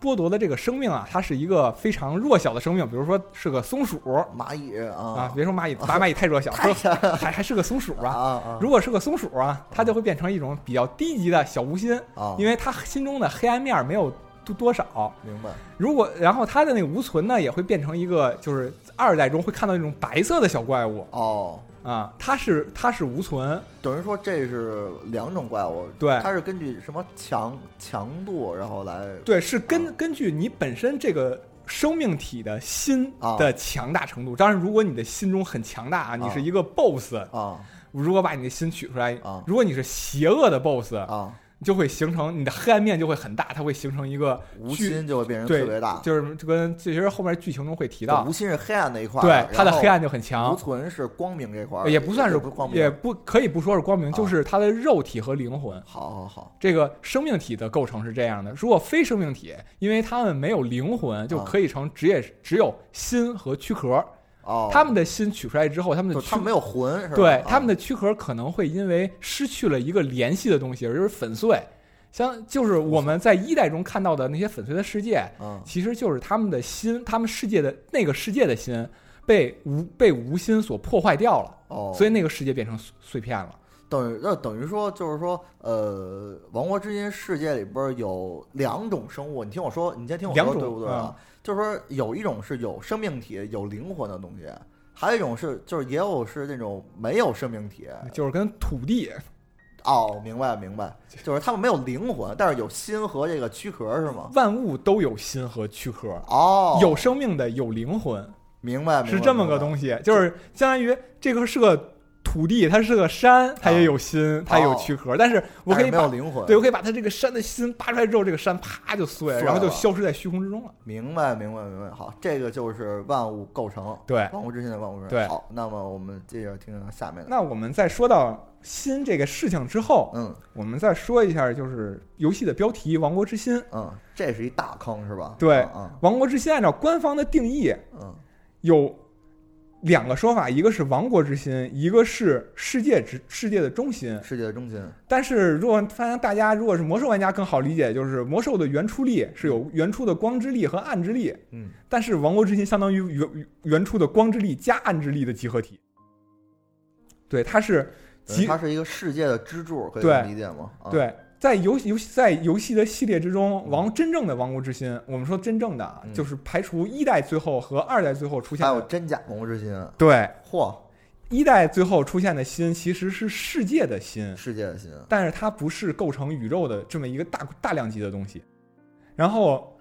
Speaker 3: 剥夺的这个生命啊，它是一个非常弱小的生命，比如说是个松鼠
Speaker 2: 蚂蚁
Speaker 3: 啊
Speaker 2: 啊，，哎
Speaker 3: 别说蚂蚁，白蚂蚁太 弱小，说还还是个松鼠
Speaker 2: 啊
Speaker 3: 啊。
Speaker 2: 啊
Speaker 3: 如果是个松鼠啊，它就会变成一种比较低级的小无心，
Speaker 2: 啊，
Speaker 3: 因为它心中的黑暗面没有多多少。
Speaker 2: 明白
Speaker 3: 如果然后它的那个无存呢，也会变成一个就是二代中会看到那种白色的小怪物
Speaker 2: 哦。
Speaker 3: 啊，它是它是无存，
Speaker 2: 等于说这是两种怪物，
Speaker 3: 对
Speaker 2: 它是根据什么强强度，然后来
Speaker 3: 对，是
Speaker 2: 哦
Speaker 3: 根根据你本身这个。生命体的心
Speaker 2: 啊
Speaker 3: 的强大程度，当然，如果你的心中很强
Speaker 2: 哦
Speaker 3: 大啊，你是一个 BOSS，
Speaker 2: 啊
Speaker 3: 如果把你的心取出来
Speaker 2: 啊，
Speaker 3: 如果你是邪恶的 BOSS，
Speaker 2: 啊，
Speaker 3: 就会形成你的黑暗面就会很大，它会形成一个
Speaker 2: 无
Speaker 3: 巨
Speaker 2: 心就会变成
Speaker 3: 对
Speaker 2: 特别大，
Speaker 3: 就是就跟其实后面剧情中会提到
Speaker 2: 无，心是黑暗那一块儿，
Speaker 3: 对它的
Speaker 2: 然后
Speaker 3: 黑暗就很
Speaker 2: 无
Speaker 3: 强，
Speaker 2: 存是光明这块儿，
Speaker 3: 也不算是
Speaker 2: 不光明，
Speaker 3: 也不可以不说是光明，
Speaker 2: 啊
Speaker 3: 就是它的肉体和灵魂。
Speaker 2: 好好好，
Speaker 3: 这个生命体的构成是这样的：如果非生命体，因为它们没有灵魂，
Speaker 2: 啊
Speaker 3: 就可以成只也只有心和躯壳。
Speaker 2: 哦，
Speaker 3: 它们的心取出来之后，它们的
Speaker 2: 就
Speaker 3: 躯
Speaker 2: 他们没有魂，是吧？啊
Speaker 3: 对它们
Speaker 2: 的
Speaker 3: 的躯壳可能会因为失去了一个联系的东西，而就是粉碎。像就是我们在一代中看到的那些粉碎的世界，
Speaker 2: 嗯
Speaker 3: 其实就是他们的心，他们世界的那个世界的心被无被无心所破坏掉了，
Speaker 2: 哦，
Speaker 3: 所以那个世界变成碎碎片了。
Speaker 2: 等于那等于说就是说，呃，王国之心世界里边有两种生物，你听我说，你先听我
Speaker 3: 两
Speaker 2: 说，
Speaker 3: 种嗯
Speaker 2: 对不对啊？就是说有一种是有生命体、有灵魂的东西，哎还有一种是就是也有是那种没有生命体
Speaker 3: 就是跟土地
Speaker 2: 哦，明白明 白，就是他们没有灵魂，但是有心和这个躯壳是吗？
Speaker 3: 万物都有心和躯壳，
Speaker 2: 哦，
Speaker 3: 有生命的有灵魂，
Speaker 2: 明白明白
Speaker 3: 是这么个东西，就是相当于这个是个土地，它是个山，它也有心，它有躯壳，但是我
Speaker 2: 哦明白但
Speaker 3: 可
Speaker 2: 是
Speaker 3: 以
Speaker 2: 没有
Speaker 3: 把
Speaker 2: 灵魂，
Speaker 3: 对我可以把它这个山的心扒出来之后，这个山啪就碎，
Speaker 2: 碎
Speaker 3: 然后就
Speaker 2: 了
Speaker 3: 消失在虚空之中了。
Speaker 2: 明白明白明白。好，这个就是万物构成，
Speaker 3: 对，
Speaker 2: 万物之心的万物之心。
Speaker 3: 对
Speaker 2: 好，那么我们接着听听下面的，
Speaker 3: 那我们在说到心这个事情之后，
Speaker 2: 嗯
Speaker 3: 我们再说一下就是游戏的标题《王国之心》。
Speaker 2: 嗯，这是一大坑是吧？
Speaker 3: 对
Speaker 2: 嗯
Speaker 3: 王国之心按照官方的定义
Speaker 2: 嗯嗯
Speaker 3: 有两个说法，一个是王国之心，一个是世界之世界的中心。
Speaker 2: 嗯世界的中心，
Speaker 3: 但是如果发现大家如果是魔兽玩家更好理解，就是魔兽的原初力是有原初的光之力和暗之力，
Speaker 4: 嗯，
Speaker 3: 但是王国之心相当于原原初的光之力加暗之力的集合体。对，它是集
Speaker 2: 它是一个世界的支柱，可以
Speaker 3: 对
Speaker 2: 这么理解吗？啊，
Speaker 3: 对，在游戏游戏在游戏的系列之中，王真正的王国之心，我们说真正的啊
Speaker 2: 嗯
Speaker 3: 就是排除一代最后和二代最后出现
Speaker 2: 还有
Speaker 3: 的，
Speaker 2: 真假王物之心，
Speaker 3: 对，
Speaker 2: 嚯，
Speaker 3: 一代最后出现的心其实是世界的心，
Speaker 2: 世界的心，
Speaker 3: 但是它不是构成宇宙的这么一个大大量级的东西。然后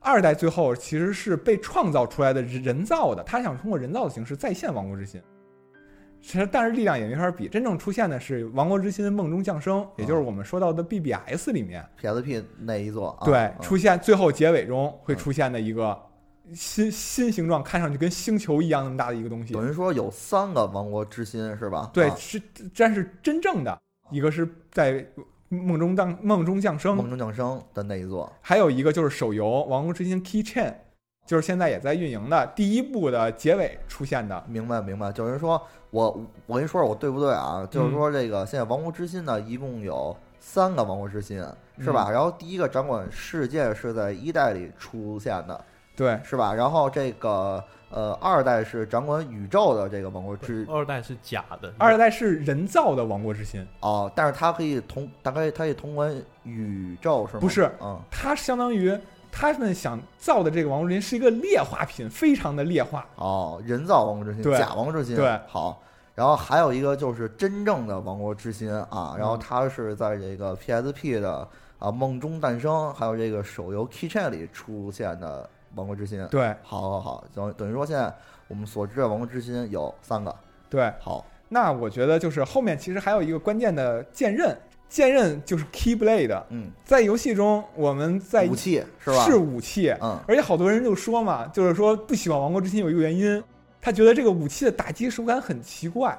Speaker 3: 二代最后其实是被创造出来的人造的，他想通过人造的形式再现王国之心。其实，但是力量也没法比。真正出现的是《王国之心》梦中降
Speaker 2: 啊
Speaker 3: 生，也就是我们说到的 BBS 里面，
Speaker 2: PSP 那一座，啊、
Speaker 3: 对
Speaker 2: 嗯，
Speaker 3: 出现最后结尾中会出现的一个新新形状，看上去跟星球一样那么大的一个东西。
Speaker 2: 等于说有三个王国之心是吧？
Speaker 3: 对，
Speaker 2: 啊
Speaker 3: 是但是真正的一个是在梦中降梦中降
Speaker 2: 梦
Speaker 3: 生，
Speaker 2: 中降生的那一座，
Speaker 3: 还有一个就是手游《王国之心 Keychain》，就是现在也在运营的第一部的结尾出现的。
Speaker 2: 明白明白。就是说我我跟你说说我对不对啊？就是说
Speaker 3: 嗯
Speaker 2: 这个现在王国之心呢，一共有三个王国之心是吧？
Speaker 3: 嗯
Speaker 2: 然后第一个掌管世界是在一代里出现的
Speaker 3: 对，
Speaker 2: 是吧？然后这个呃二代是掌管宇宙的这个王国之
Speaker 4: 二代是假的，
Speaker 3: 二代是人造的王国之心，
Speaker 2: 哦，但是它可以同大概它可以同管宇宙是吗？
Speaker 3: 不是，
Speaker 2: 嗯，
Speaker 3: 它相当于他们想造的这个王国之心是一个劣化品，非常的劣化。
Speaker 2: 哦，人造王国之心，
Speaker 3: 对
Speaker 2: 假王国之心，
Speaker 3: 对，
Speaker 2: 好。然后还有一个就是真正的王国之心
Speaker 3: 嗯
Speaker 2: 啊，然后它是在这个 PSP 的啊梦中诞生，还有这个手游 Keychain 里出现的王国之心。
Speaker 3: 对
Speaker 2: 好好好，等等于说现在我们所知的王国之心有三个。
Speaker 3: 对，
Speaker 2: 好，
Speaker 3: 那我觉得就是后面其实还有一个关键的剑刃，剑刃就是 Keyblade，
Speaker 2: 嗯，
Speaker 3: 在游戏中我们在
Speaker 2: 武器是吧？
Speaker 3: 是武器，
Speaker 2: 嗯，
Speaker 3: 而且好多人就说嘛，就是说不喜欢《王国之心》有一个原因，他觉得这个武器的打击手感很奇怪，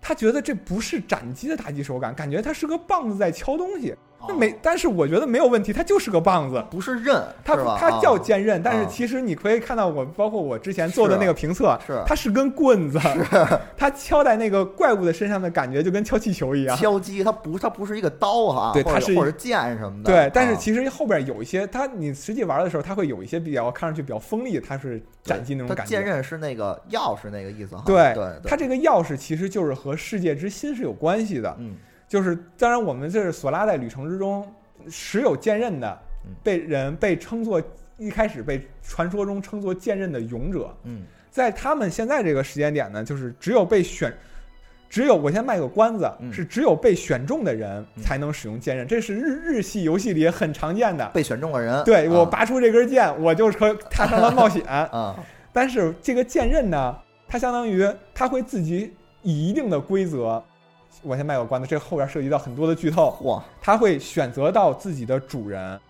Speaker 3: 他觉得这不是斩击的打击手感，感觉它是个棒子在敲东西。
Speaker 2: 哦
Speaker 3: 那没，但是我觉得没有问题，它就是个棒子。
Speaker 2: 不是刃，
Speaker 3: 它
Speaker 2: 是吧？
Speaker 3: 它叫
Speaker 2: 啊
Speaker 3: 剑刃，但
Speaker 2: 啊
Speaker 3: 是其实你可以看到我，包括我之前做的那个评测，
Speaker 2: 是
Speaker 3: 它是根棍子， 它敲在那个怪物的身上的感觉就跟敲气球一样。
Speaker 2: 敲击，它不它不是一个刀哈，
Speaker 3: 对
Speaker 2: 或者
Speaker 3: 它是一
Speaker 2: 或者剑什么的。
Speaker 3: 对，但是
Speaker 2: 啊
Speaker 3: 其实后边有一些，它你实际玩的时候，它会有一些比较看上去比较锋利，它是斩击那种
Speaker 2: 它
Speaker 3: 感觉
Speaker 2: 剑。刃是那个钥匙那个意思哈。
Speaker 3: 对
Speaker 2: 啊对，对
Speaker 3: 它这个钥匙其实就是和世界之心是有关系的，
Speaker 2: 嗯
Speaker 3: 就是当然我们这是索拉在旅程之中时有剑刃的
Speaker 2: 嗯，
Speaker 3: 被人被称作一开始被传说中称作剑刃的勇者，
Speaker 2: 嗯
Speaker 3: 在他们现在这个时间点呢，就是只有被选，只有我先卖个关子，
Speaker 2: 嗯
Speaker 3: 是只有被选中的人
Speaker 2: 嗯
Speaker 3: 才能使用剑刃，这是日日系游戏里也很常见的。
Speaker 2: 被选中的人，
Speaker 3: 对我
Speaker 2: 嗯啊
Speaker 3: 拔出这根剑，我就可踏上了冒险。
Speaker 2: 啊，
Speaker 3: 但是这个剑刃呢，它相当于它会自己以一定的规则，我先卖个关子，这后边涉及到很多的剧透，
Speaker 2: 嚯，
Speaker 3: 它会选择到自己的主人。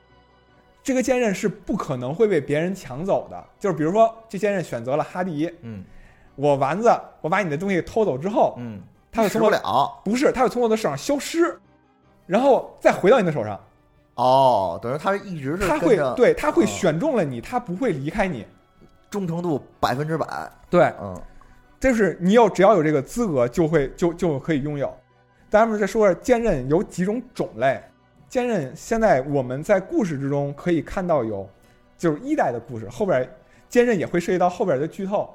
Speaker 3: 这个剑刃是不可能会被别人抢走的，就是比如说这剑刃选择了哈迪，
Speaker 2: 嗯
Speaker 3: 我丸子，我把你的东西偷走之后，
Speaker 2: 嗯，
Speaker 3: 它会
Speaker 2: 使
Speaker 3: 从
Speaker 2: 不
Speaker 3: 我
Speaker 2: 了
Speaker 3: 不是，它会从我的手上消失，然后再回到你的手上。
Speaker 2: 哦，等于他一直是
Speaker 3: 它
Speaker 2: 跟
Speaker 3: 会
Speaker 2: 着
Speaker 3: 对，它会
Speaker 2: 哦
Speaker 3: 选中了你，它不会离开你。
Speaker 2: 忠诚度百分之百，
Speaker 3: 对，
Speaker 2: 嗯
Speaker 3: 就是你有只要有这个资格，就会就就可以拥有。咱们再说说剑刃有几种种类，剑刃现在我们在故事之中可以看到有，就是一代的故事后边剑刃也会涉及到后边的剧透。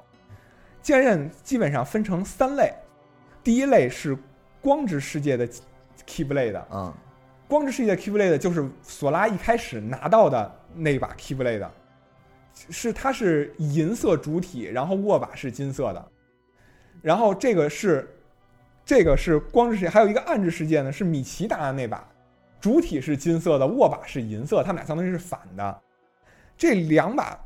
Speaker 3: 剑刃基本上分成三类，第一类是光之世界的 Keyblade，
Speaker 2: 嗯，
Speaker 3: 光之世界的 Keyblade 就是索拉一开始拿到的那把 Keyblade，是它是银色主体，然后握把是金色的，然后这个是这个是光之世界，还有一个暗之世界呢，是米奇打的那把，主体是金色的，握把是银色，他们俩相当于是反的。这两把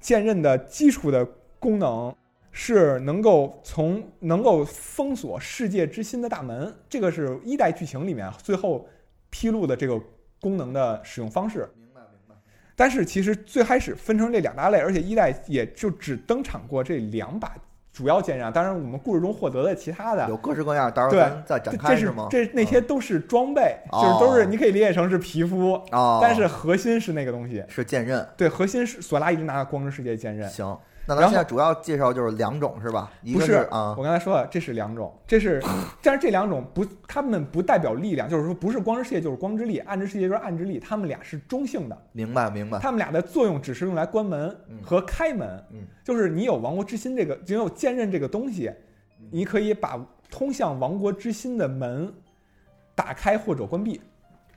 Speaker 3: 剑刃的基础的功能是能够从能够封锁世界之心的大门，这个是一代剧情里面最后披露的这个功能的使用方式。
Speaker 2: 明白明白。
Speaker 3: 但是其实最开始分成这两大类，而且一代也就只登场过这两把主要剑刃啊。当然，我们故事中获得的其他的
Speaker 2: 有各式各样，到时
Speaker 3: 对
Speaker 2: 候咱再展
Speaker 3: 这
Speaker 2: 开
Speaker 3: 这是
Speaker 2: 吗？嗯
Speaker 3: 这那些都是装备，
Speaker 2: 哦
Speaker 3: 就是都是你可以理解成是皮肤，
Speaker 2: 哦，
Speaker 3: 但是核心是那个东西。
Speaker 2: 是剑刃。
Speaker 3: 对，核心是索拉一直拿的光之世界剑刃。
Speaker 2: 行，那咱
Speaker 3: 然后
Speaker 2: 现在主要介绍就是两种是吧？一
Speaker 3: 不
Speaker 2: 个
Speaker 3: 是
Speaker 2: 啊，
Speaker 3: 我刚才说了，这是两种，这 是，但是这两种不，他们不代表力量，就是说不是光之世界就是光之力，暗之世界就是暗之力，他们俩是中性的，
Speaker 2: 明白明白。
Speaker 3: 他们俩的作用只是用来关门
Speaker 2: 啊嗯
Speaker 3: 和开门，
Speaker 2: 嗯
Speaker 3: 就是你有王国之心这个，只有剑刃这个东西，
Speaker 2: 嗯
Speaker 3: 你可以把通向王国之心的门打开或者关闭，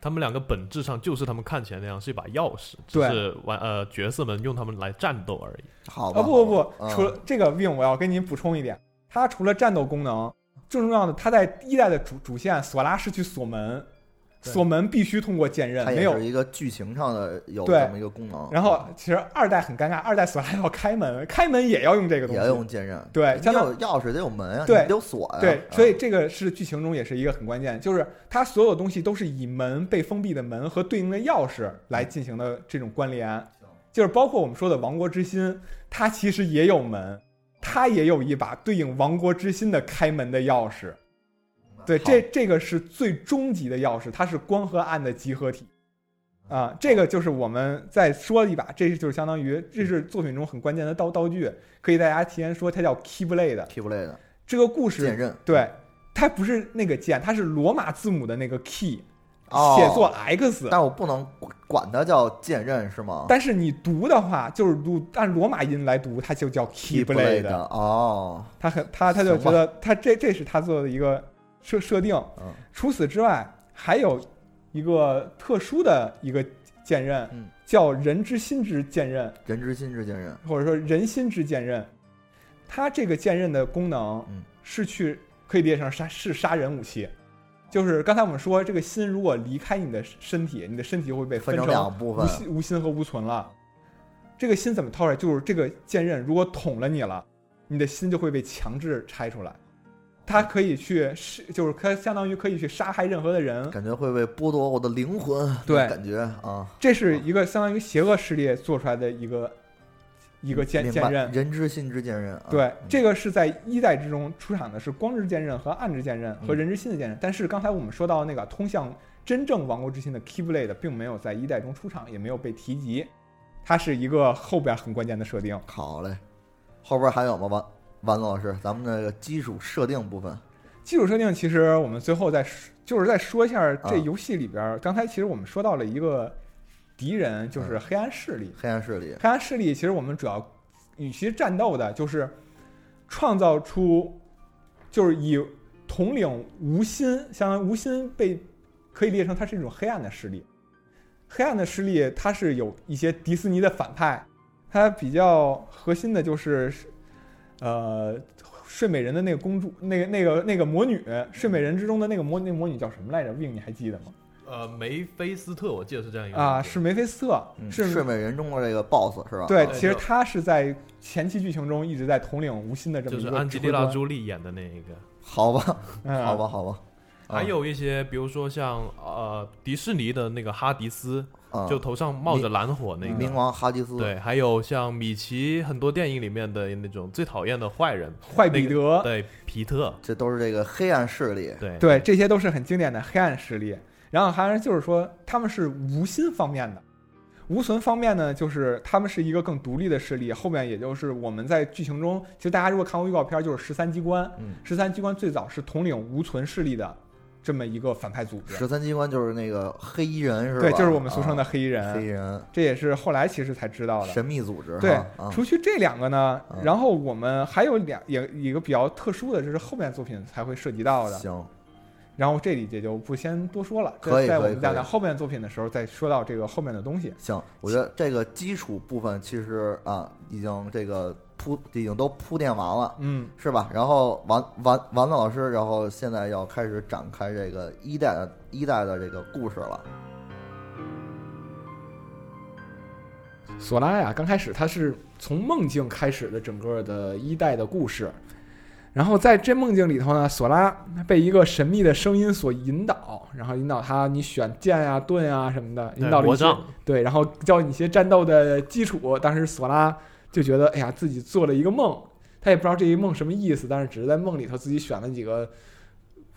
Speaker 4: 他们两个本质上就是他们看起来那样，是一把钥匙，只
Speaker 3: 对
Speaker 4: 是玩呃角色们用他们来战斗而已。
Speaker 2: 好吧。
Speaker 3: 啊不
Speaker 2: 好
Speaker 3: 不
Speaker 2: 吧
Speaker 3: 不，
Speaker 2: 嗯
Speaker 3: 除了这个 Win，我要跟您补充一点，它除了战斗功能，最重要的，它在一代的主主线索拉是去锁门，
Speaker 4: 对
Speaker 3: 锁门必须通过剑刃，
Speaker 2: 嗯它
Speaker 3: 没
Speaker 2: 也
Speaker 3: 有
Speaker 2: 是。一嗯个剧情上的有
Speaker 3: 对
Speaker 2: 这么一个功能。
Speaker 3: 然后其实二代很尴尬，二代索拉要开门，开门也要用这个东
Speaker 2: 也
Speaker 3: 西，
Speaker 2: 要用剑刃，
Speaker 3: 对，
Speaker 2: 你
Speaker 3: 相当
Speaker 2: 有钥匙得有门啊，
Speaker 3: 对
Speaker 2: 你得有锁呀。
Speaker 3: 对
Speaker 2: 啊，
Speaker 3: 所以这个是剧情中也是一个很关键，就是它所有东西都是以门被封闭的门和对应的钥匙来进行的这种关
Speaker 2: 嗯
Speaker 3: 联，就是包括我们说的王国之心，它其实也有门，它也有一把对应王国之心的开门的钥匙。对，这这个是最终极的钥匙，它是光和暗的集合体。
Speaker 2: 嗯
Speaker 3: 啊、这个就是我们再说一把，这就是相当于这是作品中很关键的道道具，可以大家提前说，它叫 Keyblade。
Speaker 2: Keep 类的
Speaker 3: 这个故事
Speaker 2: 剑刃，
Speaker 3: 对，它不是那个键，它是罗马字母的那个 key，、
Speaker 2: 哦
Speaker 3: 写作 X。
Speaker 2: 但我不能管它叫剑刃是吗
Speaker 3: 但是你读的话，就是读按罗马音来读，它就叫
Speaker 2: ？Keep 类
Speaker 3: blade
Speaker 2: 的哦，
Speaker 3: 他很他他就
Speaker 2: 行
Speaker 3: 觉
Speaker 2: 吧
Speaker 3: 得他这这是他做的一个设设定。
Speaker 2: 嗯
Speaker 3: 除此之外，还有一个特殊的一个剑刃，
Speaker 2: 嗯
Speaker 3: 叫人之心之剑刃，
Speaker 2: 人之心之剑刃，
Speaker 3: 或者说人心之剑刃。它这个剑刃的功能
Speaker 2: 嗯
Speaker 3: 是去可以理解成杀是杀人武器，就是刚才我们说这个心如果离开你的身体，你的身体会被
Speaker 2: 分
Speaker 3: 成
Speaker 2: 成两部
Speaker 3: 无
Speaker 2: 分，
Speaker 3: 心无心和无存了。这个心怎么掏出来？就是这个剑刃如果捅了你了，你的心就会被强制拆出来。它可以去是，就是可相当于可以去杀害任何的人。
Speaker 2: 感觉会被剥夺我的灵魂，
Speaker 3: 对
Speaker 2: 感觉啊，
Speaker 3: 这是一个相当于邪恶势力做出来的一个一个剑
Speaker 2: 明
Speaker 3: 剑
Speaker 2: 白
Speaker 3: 刃。
Speaker 2: 人之心之剑刃，啊
Speaker 3: 对
Speaker 2: 嗯，
Speaker 3: 这个是在一代之中出场的是光之剑刃和暗之剑刃和
Speaker 2: 嗯
Speaker 3: 人之心的剑刃，但是刚才我们说到那个通向真正王国之心的 Keyblade 并没有在一代中出场，也没有被提及，它是一个后边很关键的设定。
Speaker 2: 好嘞，后边还有吗？王王老师，咱们那个基础设定部分，
Speaker 3: 基础设定其实我们最后再说就是再说一下
Speaker 2: 啊
Speaker 3: 这游戏里边儿，刚才其实我们说到了一个敌人就是
Speaker 2: 嗯
Speaker 3: 黑暗势力，
Speaker 2: 黑暗势力，
Speaker 3: 黑暗势力其实我们主要与其战斗的就是创造出，就是以统领无心，相当于无心被可以列成它是一种黑暗的势力。黑暗的势力它是有一些迪士尼的反派，它比较核心的就是，呃，睡美人的那个公主，那个那个那个魔女，睡美人之中的那个魔那魔女叫什么来着？Win 你还记得吗？
Speaker 4: 呃，梅菲斯特，我记得是这样一个
Speaker 3: 啊，
Speaker 4: 名字
Speaker 3: 是梅菲斯特，
Speaker 2: 嗯
Speaker 3: 是
Speaker 2: 睡美人中的这个 BOSS 是吧？啊
Speaker 3: 对，
Speaker 4: 对
Speaker 3: 其实
Speaker 4: 就
Speaker 3: 他是在前期剧情中一直在统领无心的这么
Speaker 4: 就
Speaker 3: 一
Speaker 4: 是
Speaker 3: 个
Speaker 4: 安吉
Speaker 3: 指挥
Speaker 4: 丽娜
Speaker 3: 官，
Speaker 4: 朱莉演的那一个。
Speaker 2: 好吧，
Speaker 3: 嗯、
Speaker 2: 好，吧，好吧，啊
Speaker 4: 还有一些，比如说像呃迪士尼的那个哈迪斯，
Speaker 2: 啊
Speaker 4: 就头上冒着蓝火那
Speaker 2: 嗯冥
Speaker 4: 个，
Speaker 2: 王哈迪斯，
Speaker 4: 对，还有像米奇很多电影里面的那种最讨厌的坏人，
Speaker 3: 坏彼
Speaker 4: 那
Speaker 3: 得，
Speaker 4: 对皮特，
Speaker 2: 这都是这个黑暗势力，
Speaker 4: 对
Speaker 3: 啊对，这些都是很经典的黑暗势力。然后还是就是说，他们是无心方面的，无存方面呢，就是他们是一个更独立的势力。后面也就是我们在剧情中，其实大家如果看过预告片，就是十三机关，
Speaker 2: 嗯，
Speaker 3: 十三机关最早是统领无存势力的这么一个反派组织，
Speaker 2: 十三机关就是那个黑衣人是吧？
Speaker 3: 对，就是我们俗称的黑衣人，
Speaker 2: 啊黑衣人
Speaker 3: 这也是后来其实才知道的。
Speaker 2: 神秘组织，
Speaker 3: 对
Speaker 2: 哈，啊
Speaker 3: 除去这两个呢，
Speaker 2: 嗯
Speaker 3: 然后我们还有两也一个比较特殊的，就是后面作品才会涉及到的。
Speaker 2: 行，
Speaker 3: 然后这里也就不先多说了，在
Speaker 2: 可以
Speaker 3: 在
Speaker 2: 可
Speaker 3: 我
Speaker 2: 以
Speaker 3: 们讲
Speaker 2: 可以
Speaker 3: 讲后面作品的时候再说到这个后面的东西。
Speaker 2: 行，我觉得这个基础部分其实啊，已经这个铺已经都铺垫完了，
Speaker 3: 嗯，
Speaker 2: 是吧？然后丸丸丸子老师，然后现在要开始展开这个一代的一代的这个故事了。
Speaker 3: 索拉呀，刚开始他是从梦境开始的整个的一代的故事，然后在这梦境里头呢，索拉被一个神秘的声音所引导，然后引导他你选剑啊、盾啊什么的，引导了
Speaker 4: 魔
Speaker 3: 一些
Speaker 4: 杖，
Speaker 3: 对，然后教你一些战斗的基础。当时索拉就觉得，哎呀，自己做了一个梦，他也不知道这一梦什么意思，但是只是在梦里头自己选了几个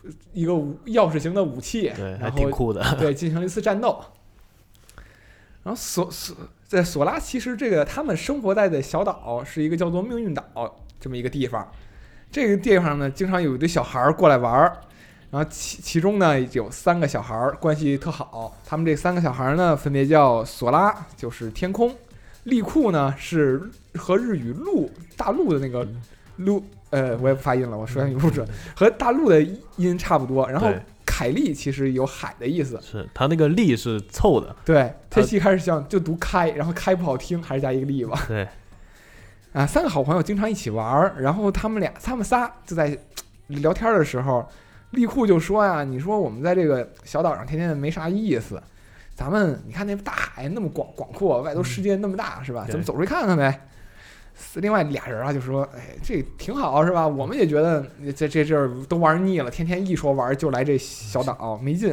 Speaker 3: 呃一个武钥匙型的武器，
Speaker 4: 对，还
Speaker 3: 然
Speaker 4: 挺
Speaker 3: 后
Speaker 4: 酷的。
Speaker 3: 对进行了一次战斗。然后索索在索拉，其实这个他们生活在的小岛是一个叫做命运岛这么一个地方。这个地方呢，经常有一堆小孩儿过来玩儿，然后其其中呢有三个小孩儿关系特好，他们这三个小孩儿呢分别叫索拉，就是天空；利库呢是和日语陆大陆的那个陆，呃，我也不发音了，我说英语不准，和大陆的音差不多。然后
Speaker 4: 对
Speaker 3: 凯利其实有海的意思，
Speaker 4: 是他那个力是凑的，
Speaker 3: 对，他
Speaker 4: 呃
Speaker 3: 一开始想就读开，然后开不好听，还是加一个力吧。
Speaker 4: 对，
Speaker 3: 啊，三个好朋友经常一起玩儿，然后他们俩他们仨就在嘖聊天的时候，利库就说呀、你说我们在这个小岛上天天没啥意思，咱们你看那大海那么广广阔，外头世界那么大，是吧？
Speaker 4: 对
Speaker 3: 咱们走出去看看呗。”另外俩人啊就说：“哎，这挺好，是吧？我们也觉得这这这儿都玩腻了，天天一说玩就来这小岛，没劲。”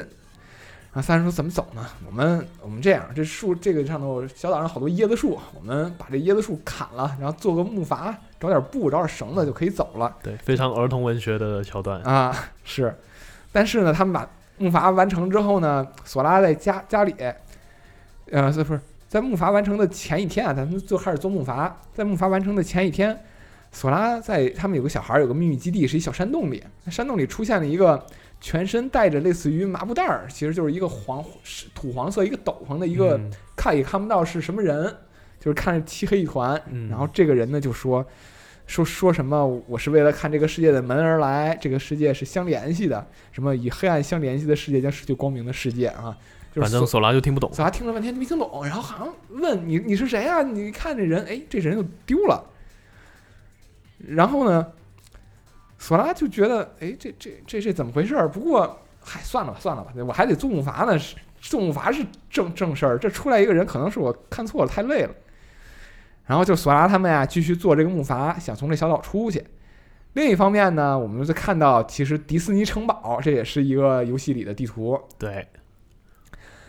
Speaker 3: 然后三人说：“怎么走呢？我们我们这样，这树这个上头小岛上好多椰子树，我们把这椰子树砍了，然后做个木筏，找点布，找点绳子就可以走了。”
Speaker 4: 对，非常儿童文学的桥段。
Speaker 3: 啊，是。但是呢，他们把木筏完成之后呢，索拉在家家里，呃，是不是在木筏完成的前一天啊？咱们就开始做木筏，在木筏完成的前一天，索拉在他们有个小孩儿有个秘密基地，是一小山洞里，那山洞里出现了一个全身带着类似于麻布袋儿，其实就是一个黄是土黄色一个斗篷的一个，
Speaker 4: 嗯
Speaker 3: 看也看不到是什么人，就是看着漆黑一团。
Speaker 4: 嗯
Speaker 3: 然后这个人呢就说说说什么我是为了看这个世界的门而来，这个世界是相联系的，什么以黑暗相联系的世界将失去光明的世界啊，就是
Speaker 4: 反正
Speaker 3: 索
Speaker 4: 索拉就听不懂，
Speaker 3: 索拉啊听了半天没听懂，然后好像问你你是谁啊？你看这人，哎，这人就丢了。然后呢，索拉就觉得，哎，这这这这怎么回事儿？不过，嗨，算了吧，算了吧，我还得做木筏呢，是做木筏是正正事儿。这出来一个人，可能是我看错了，太累了。然后就索拉他们呀、继续做这个木筏，想从这小岛出去。另一方面呢，我们就看到，其实迪士尼城堡这也是一个游戏里的地图，
Speaker 4: 对，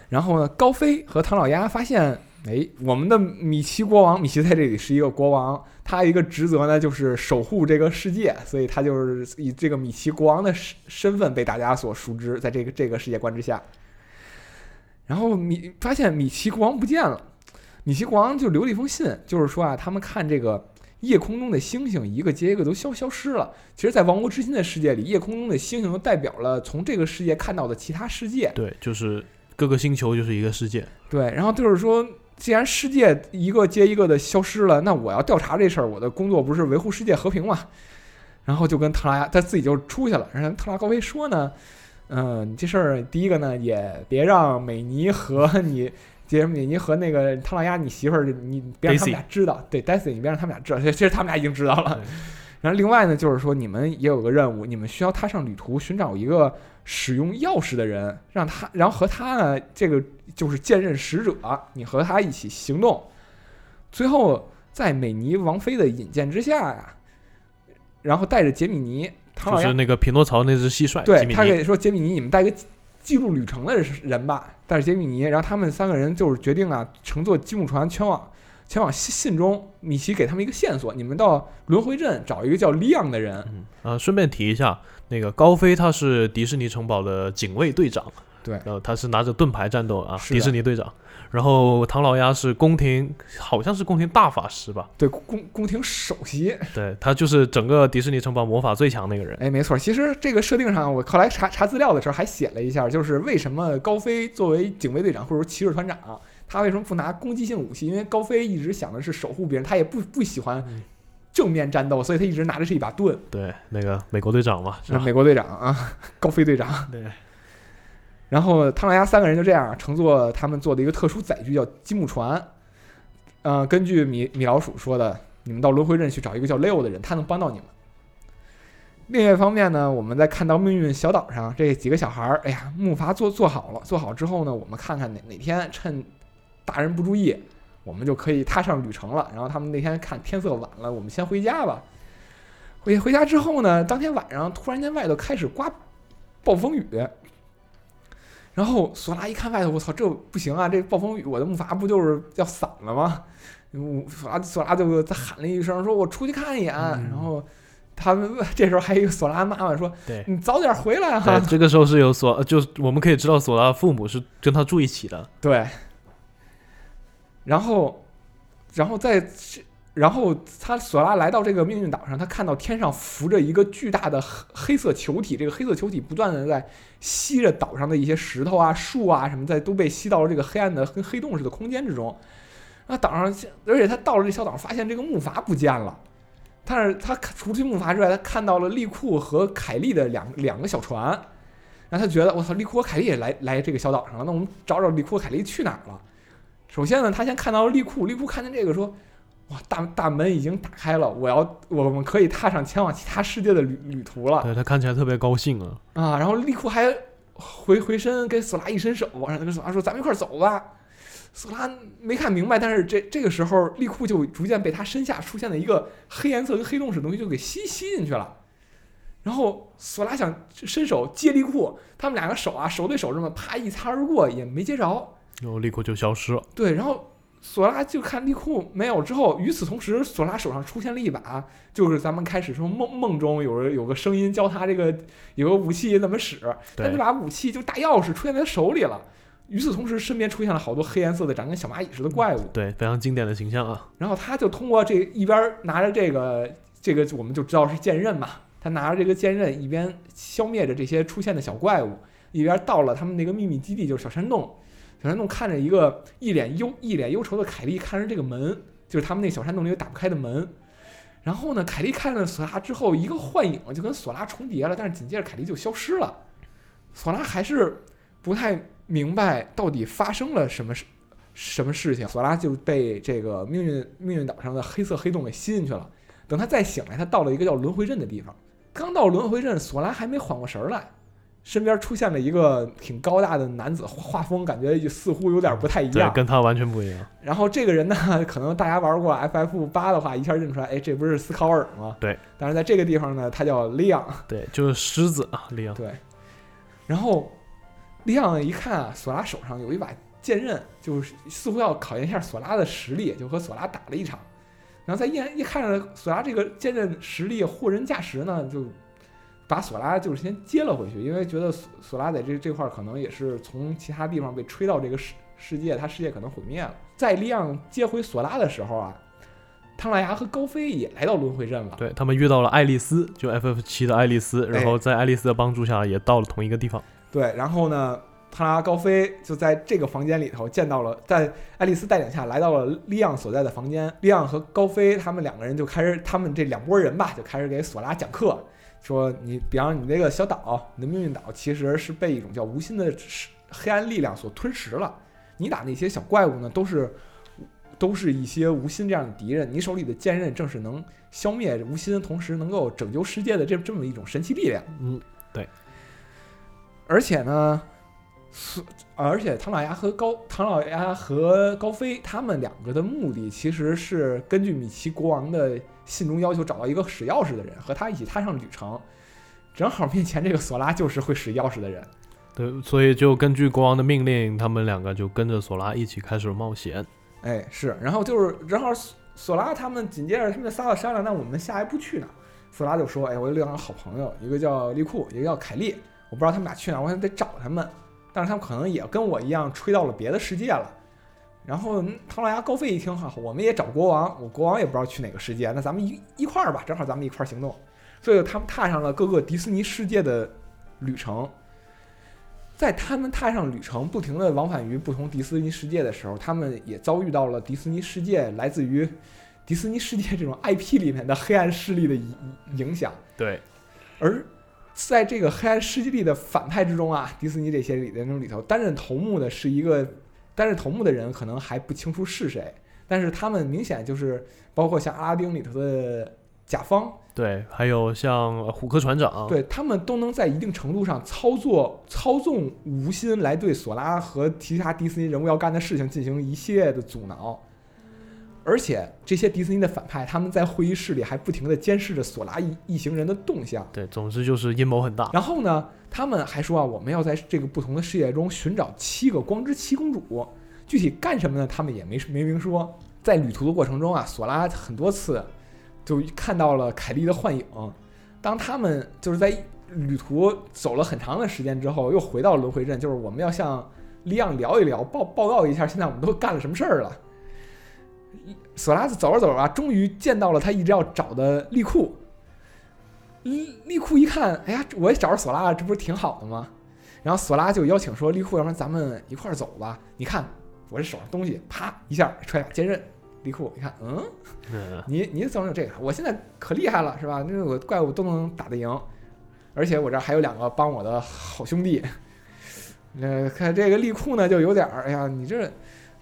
Speaker 3: 然后呢，高飞和唐老鸭发现，哎，我们的米奇国王，米奇在这里是一个国王，他一个职责呢就是守护这个世界，所以他就是以这个米奇国王的身身份被大家所熟知，在这个这个世界观之下。然后米发现米奇国王不见了，米奇国王就留了一封信，就是说啊，他们看这个夜空中的星星一个接一个都消消失了。其实，在王国之心的世界里，夜空中的星星都代表了从这个世界看到的其他世界。
Speaker 4: 对，就是各个星球就是一个世界，
Speaker 3: 对，然后就是说，既然世界一个接一个的消失了，那我要调查这事儿，我的工作不是维护世界和平嘛？然后就跟特拉他自己就出去了。然后特拉高飞说呢，嗯、这事儿第一个呢，也别让美尼和你。杰米尼和那个唐老鸭，你媳妇儿，你别让他们
Speaker 4: Daisy
Speaker 3: 俩知道。对，Daisy，你别让他们俩知道。其实他们俩已经知道了
Speaker 4: 对。
Speaker 3: 然后另外呢，就是说你们也有个任务，你们需要踏上旅途，寻找一个使用钥匙的人，让他，然后和他呢，这个就是剑刃使者，你和他一起行动。最后，在美尼王妃的引荐之下呀，然后带着杰米尼，唐
Speaker 4: 就
Speaker 3: 老
Speaker 4: 是
Speaker 3: 鸭，
Speaker 4: 那个匹诺曹那只蟋蟀，
Speaker 3: 对
Speaker 4: 吉米
Speaker 3: 他
Speaker 4: 尼
Speaker 3: 给说杰米尼，你们带个记记录旅程的人吧，带着杰米尼，然后他们三个人就是决定啊，乘坐积木船前往前往信信中。米奇给他们一个线索，你们到轮回镇找一个叫利昂的人，
Speaker 4: 嗯啊，顺便提一下，那个高飞他是迪士尼城堡的警卫队长，
Speaker 3: 对
Speaker 4: 然后他是拿着盾牌战斗啊，
Speaker 3: 是的
Speaker 4: 迪士尼队长。然后唐老鸭是宫廷，好像是宫廷大法师 吧？
Speaker 3: 对宫宫廷首席，
Speaker 4: 对他就是整个迪士尼城堡魔法最强那个人。
Speaker 3: 哎，没错，其实这个设定上，我后来查查资料的时候还写了一下，就是为什么高飞作为警卫队长或者说骑士团长，他为什么不拿攻击性武器？因为高飞一直想的是守护别人，他也不不喜欢
Speaker 4: 嗯
Speaker 3: 正面战斗，所以他一直拿着是一把盾。
Speaker 4: 对，那个美国队长嘛，是
Speaker 3: 那
Speaker 4: 吧？
Speaker 3: 美国队长啊， 高飞队长。
Speaker 4: 对。
Speaker 3: 然后唐老鸭三个人就这样乘坐他们做的一个特殊载具，叫积木船。呃，根据米米老鼠说的，你们到轮回镇去找一个叫 Leo 的人，他能帮到你们。另一方面呢，我们在看到命运小岛上这几个小孩儿，哎呀，木筏做做好了，做好之后呢，我们看看哪哪天趁大人不注意，我们就可以踏上旅程了。然后他们那天看天色晚了，我们先回家吧。回回家之后呢，当天晚上突然间外头开始刮暴风雨，然后索拉一看外头，我操，这不行啊！这暴风雨，我的木筏不就是要散了吗？我索拉索拉就他喊了一声，说我出去看一眼。
Speaker 4: 嗯
Speaker 3: 然后他们 这时候还有一个索拉妈妈说
Speaker 4: 对：“
Speaker 3: 你早点回来啊哈、
Speaker 4: 对，这个时候是有索，呃就是我们可以知道索拉父母是跟他住一起的，
Speaker 3: 对，然后，然后在这，然后他索拉来到这个命运岛上，他看到天上浮着一个巨大的黑黑色球体，这个黑色球体不断的在吸着岛上的一些石头啊、树啊什么的，都被吸到了这个黑暗的跟黑洞似的空间之中。那岛上，而且他到了这小岛，发现这个木筏不见了。但是他看除去木筏之外，他看到了利库和凯利的两两个小船，然后他觉得我操，利库和凯利也来来这个小岛上了，那我们找找利库和凯利去哪儿了。首先呢，他先看到了利库，利库看见这个说：“哇，大大门已经打开了，我要我们可以踏上前往其他世界的旅旅途了。”
Speaker 4: 对他看起来特别高兴啊，
Speaker 3: 啊，然后利库还回回身跟索拉一伸手，然后跟索拉说：“咱们一块儿走吧。”索拉没看明白，但是这这个时候利库就逐渐被他身下出现的一个黑颜色跟黑洞似的东西就给吸吸进去了。然后索拉想伸手接利库，他们两个手啊手对手这么啪一擦而过，也没接着。
Speaker 4: 然后利库就消失了。
Speaker 3: 对，然后索拉就看利库没有之后，与此同时，索拉手上出现了一把，就是咱们开始说梦梦中有人有个声音教他这个有个武器怎么使，他这
Speaker 4: 对，
Speaker 3: 把武器就大钥匙出现在他手里了。与此同时，身边出现了好多黑颜色的长跟小蚂蚁似的怪物，
Speaker 4: 对，非常经典的形象啊，
Speaker 3: 然后他就通过这一边拿着这个这个，我们就知道是剑刃嘛，他拿着这个剑刃一边消灭着这些出现的小怪物，一边到了他们那个秘密基地，就是小山洞。小山洞看着一个一脸忧一脸忧愁的凯莉，看着这个门，就是他们那小山洞里有打不开的门。然后呢，凯莉看着索拉之后，一个幻影就跟索拉重叠了，但是紧接着凯莉就消失了。索拉还是不太明白到底发生了什么事，什么事情。索拉就被这个命运命运岛上的黑色黑洞给吸进去了。等他再醒来，他到了一个叫轮回镇的地方。刚到轮回镇，索拉还没缓过神儿来，身边出现了一个挺高大的男子，画风感觉似乎有点不太一
Speaker 4: 对
Speaker 3: 样，。
Speaker 4: 跟他完全不一样。
Speaker 3: 然后这个人呢， 可能大家玩过 FF 八的话，一下认出来，哎，这不是斯考尔吗？
Speaker 4: 对。
Speaker 3: 但是在这个地方呢，他叫利昂。
Speaker 4: 对，就是狮子啊，利昂。
Speaker 3: 对。然后利昂一看啊，索拉手上有一把剑刃，就是似乎要考验一下索拉的实力，就和索拉打了一场。然后在一眼一看着索拉这个剑刃实力货真价实呢，就把索拉就是先接了回去，因为觉得索索拉在这这块儿可能也是从其他地方被吹到这个世世界，他世界可能毁灭了。在利昂接回索拉的时候啊，汤拉牙和高飞也来到轮回镇了。
Speaker 4: 对他们遇到了爱丽丝，就 FF 七的爱丽丝，然
Speaker 3: 哎
Speaker 4: 后在爱丽丝的帮助下也到了同一个地方。
Speaker 3: 对，然后呢，他高飞就在这个房间里头见到了，在爱丽丝带领下来到了利昂所在的房间。利昂和高飞他们两个人就开始，他们这两拨人吧，就开始给索拉讲课，说你，比方你这个小岛，你的命运岛其实是被一种叫无心的黑暗力量所吞噬了。你打那些小怪物呢，都是都是一些无心这样的敌人，你手里的剑刃正是能消灭无心，同时能够拯救世界的这这么一种神奇力量。
Speaker 4: 嗯，
Speaker 3: 而且呢，是而且唐老鸭和高唐老鸭和高飞他们两个的目的其实是根据米奇国王的信中要求找到一个使钥匙的人，和他一起踏上旅程。正好面前这个索拉就是会使钥匙的人，
Speaker 4: 对，所以就根据国王的命令，他们两个就跟着索拉一起开始冒险。
Speaker 3: 哎，是，然后就是正好索索拉他们紧接着他们仨就商量，那我们下一步去哪儿？索拉就说，哎，我有两个好朋友，一个叫利库，一个叫凯利，我不知道他们俩去哪儿，我还得找他们，但是他们可能也跟我一样吹到了别的世界了。然后嗯唐老鸭高飞一听哈，我们也找国王，我国王也不知道去哪个世界，那咱们一一块儿吧，正好咱们一块儿行动。所以他们踏上了各个迪士尼世界的旅程。在他们踏上旅程，不停的往返于不同迪士尼世界的时候，他们也遭遇到了迪士尼世界来自于迪士尼世界这种 IP 里面的黑暗势力的影影响。
Speaker 4: 对，
Speaker 3: 而在这个黑暗世界里的反派之中啊，迪士尼这些里的那种里头，担任头目的是一个担任头目的人，可能还不清楚是谁，但是他们明显就是包括像阿拉丁里头的甲方，
Speaker 4: 对，还有像呃虎克船长，
Speaker 3: 对他们都能在一定程度上操作、操纵无心来对索拉和其他迪士尼人物要干的事情进行一系列的阻挠。而且这些迪士尼的反派，他们在会议室里还不停地监视着索拉一一行人的动向。
Speaker 4: 对，总之就是阴谋很大。
Speaker 3: 然后呢，他们还说啊，我们要在这个不同的世界中寻找七个光之七公主，具体干什么呢？他们也没没明说。在旅途的过程中啊，索拉很多次就看到了凯莉的幻影。当他们就是在旅途走了很长的时间之后，又回到轮回镇，就是我们要向利昂聊一聊，报报告一下，现在我们都干了什么事儿了。索拉走着走着啊，终于见到了他一直要找的利库。利利嗯库一看，哎呀，我也找着索拉了，这不是挺好的吗？然后索拉就邀请说：“利库，要不然咱们一块儿走吧？你看我这手上东西，啪一下揣俩坚刃。”利库，你看，嗯，
Speaker 4: 嗯，
Speaker 3: 你你怎么有这个？我现在可厉害了，是吧？那我怪物都能打得赢，而且我这儿还有两个帮我的好兄弟。那看这个利库呢，就有点儿，哎呀，你这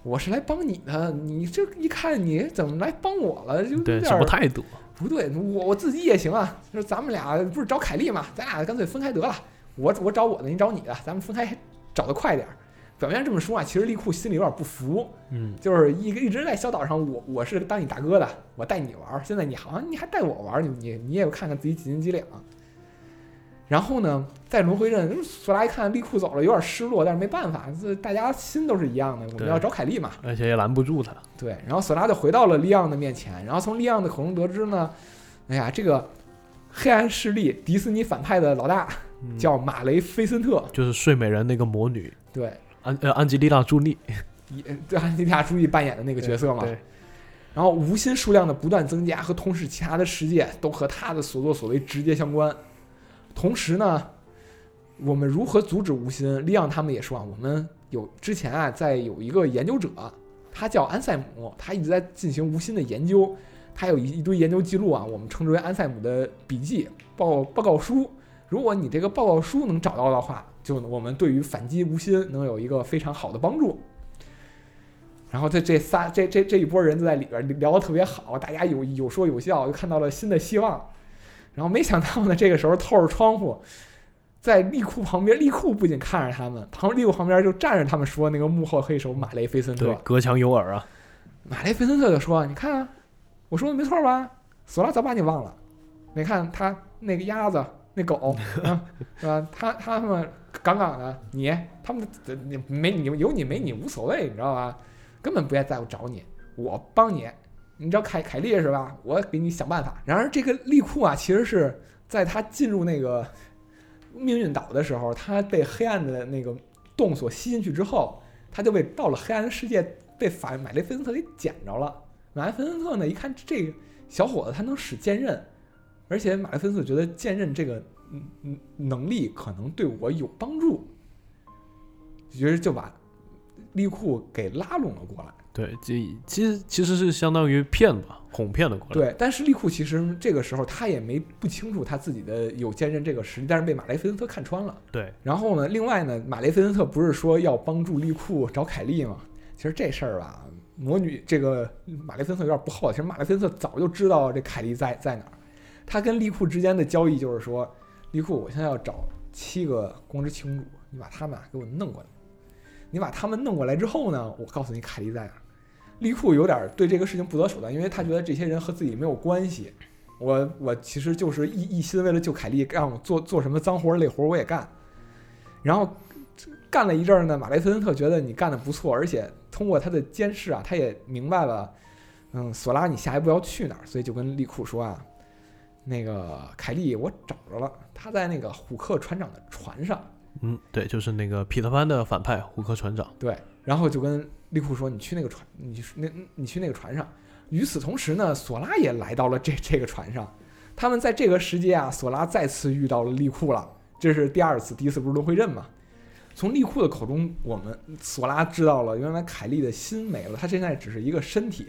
Speaker 3: 我是来帮你的，你这一看你怎么来帮我了，就有
Speaker 4: 对，
Speaker 3: 点
Speaker 4: 什么
Speaker 3: 儿
Speaker 4: 态度？
Speaker 3: 不对，我我自己也行啊。就是咱们俩不是找凯莉嘛，咱俩干脆分开得了。我我找我的，你找你的，咱们分开找的快点儿。表面上这么说啊，其实利库心里有点不服，
Speaker 4: 嗯，
Speaker 3: 就是一个一直在小岛上，我我是当你大哥的，我带你玩儿。现在你好像你还带我玩儿，你你你也有看看自己几斤几两。然后呢，在轮回镇，索拉一看利库走了，有点失落，但是没办法，这大家心都是一样的，我们
Speaker 4: 对
Speaker 3: 要找凯莉嘛。
Speaker 4: 而且也拦不住他。
Speaker 3: 对，然后索拉就回到了利昂的面前，然后从利昂的口中得知呢，哎呀，这个黑暗势力迪士尼反派的老大
Speaker 4: 嗯
Speaker 3: 叫马雷菲森特，
Speaker 4: 就是睡美人那个魔女
Speaker 3: 对，
Speaker 4: 安呃安吉丽娜朱莉
Speaker 3: 也对啊安吉丽亚朱莉扮演的那个角色嘛。
Speaker 4: 对，
Speaker 3: 然后无心数量的不断增加和同时其他的世界都和他的所作所为直接相关。同时呢，我们如何阻止无心？利昂他们也说啊，我们有之前啊，在有一个研究者，他叫安塞姆，他一直在进行无心的研究，他有一一堆研究记录啊，我们称之为安塞姆的笔记报报告书。如果你这个报告书能找到的话，就我们对于反击无心能有一个非常好的帮助。然后这这仨这这这一波人就在里边聊得特别好，大家有有说有笑，又看到了新的希望。然后没想到呢，这个时候透着窗户，在利库旁边，利库不仅看着他们，旁利库旁边就站着他们说那个幕后黑手马雷菲森特
Speaker 4: 对，。隔墙有耳啊，
Speaker 3: 马雷菲森特就说：“你看啊，我说的没错吧？索拉早把你忘了。你看他那个鸭子、那狗，啊，是吧？他他们杠杠的，你他们你没你有你没你无所谓，你知道吧？根本不愿在乎找你，我帮你。你知道凯凯莉是吧？我给你想办法。然而这个利库啊，其实是在他进入那个命运岛的时候，他被黑暗的那个洞所吸进去之后，他就被到了黑暗的世界被法买雷菲森特给捡着了。买雷菲森特呢，一看这个小伙子他能使剑刃，而且马雷菲森特觉得剑刃这个嗯嗯能力可能对我有帮助，于是就把利库给拉拢了过来。
Speaker 4: 对，这其实其实是相当于骗吧，哄骗了过来。，
Speaker 3: 对，但是利库其实这个时候他也没不清楚他自己的有剑刃这个实力，但是被马雷菲森特看穿了。
Speaker 4: 对，
Speaker 3: 然后呢，另外呢，马雷菲森特不是说要帮助利库找凯莉吗？其实这事儿吧，魔女这个马雷菲森特有点不厚道。其实马雷菲森特早就知道这凯莉在在哪儿，他跟利库之间的交易就是说，利库，我现在要找七个光之青主，你把他们啊俩给我弄过来。你把他们弄过来之后呢，我告诉你凯莉在哪儿。利库有点对这个事情不择手段，因为他觉得这些人和自己没有关系。我我其实就是一一心为了救凯莉，让我做做什么脏活儿累活儿我也干。然后这干了一阵儿呢，马雷菲森特觉得你干的不错，而且通过他的监视啊，他也明白了，嗯，索拉你下一步要去哪儿，所以就跟利库说啊，那个凯莉我找着了，他在那个虎克船长的船上。
Speaker 4: 嗯，对，就是那个彼得潘的反派胡克船长。
Speaker 3: 对，然后就跟利库说：“你去那个船，你去那你去那个船上。”与此同时呢，索拉也来到了这这个船上。他们在这个时节啊，索拉再次遇到了利库了，这是第二次，第一次不是轮回阵嘛？从利库的口中，我们索拉知道了，原来凯莉的心没了，她现在只是一个身体。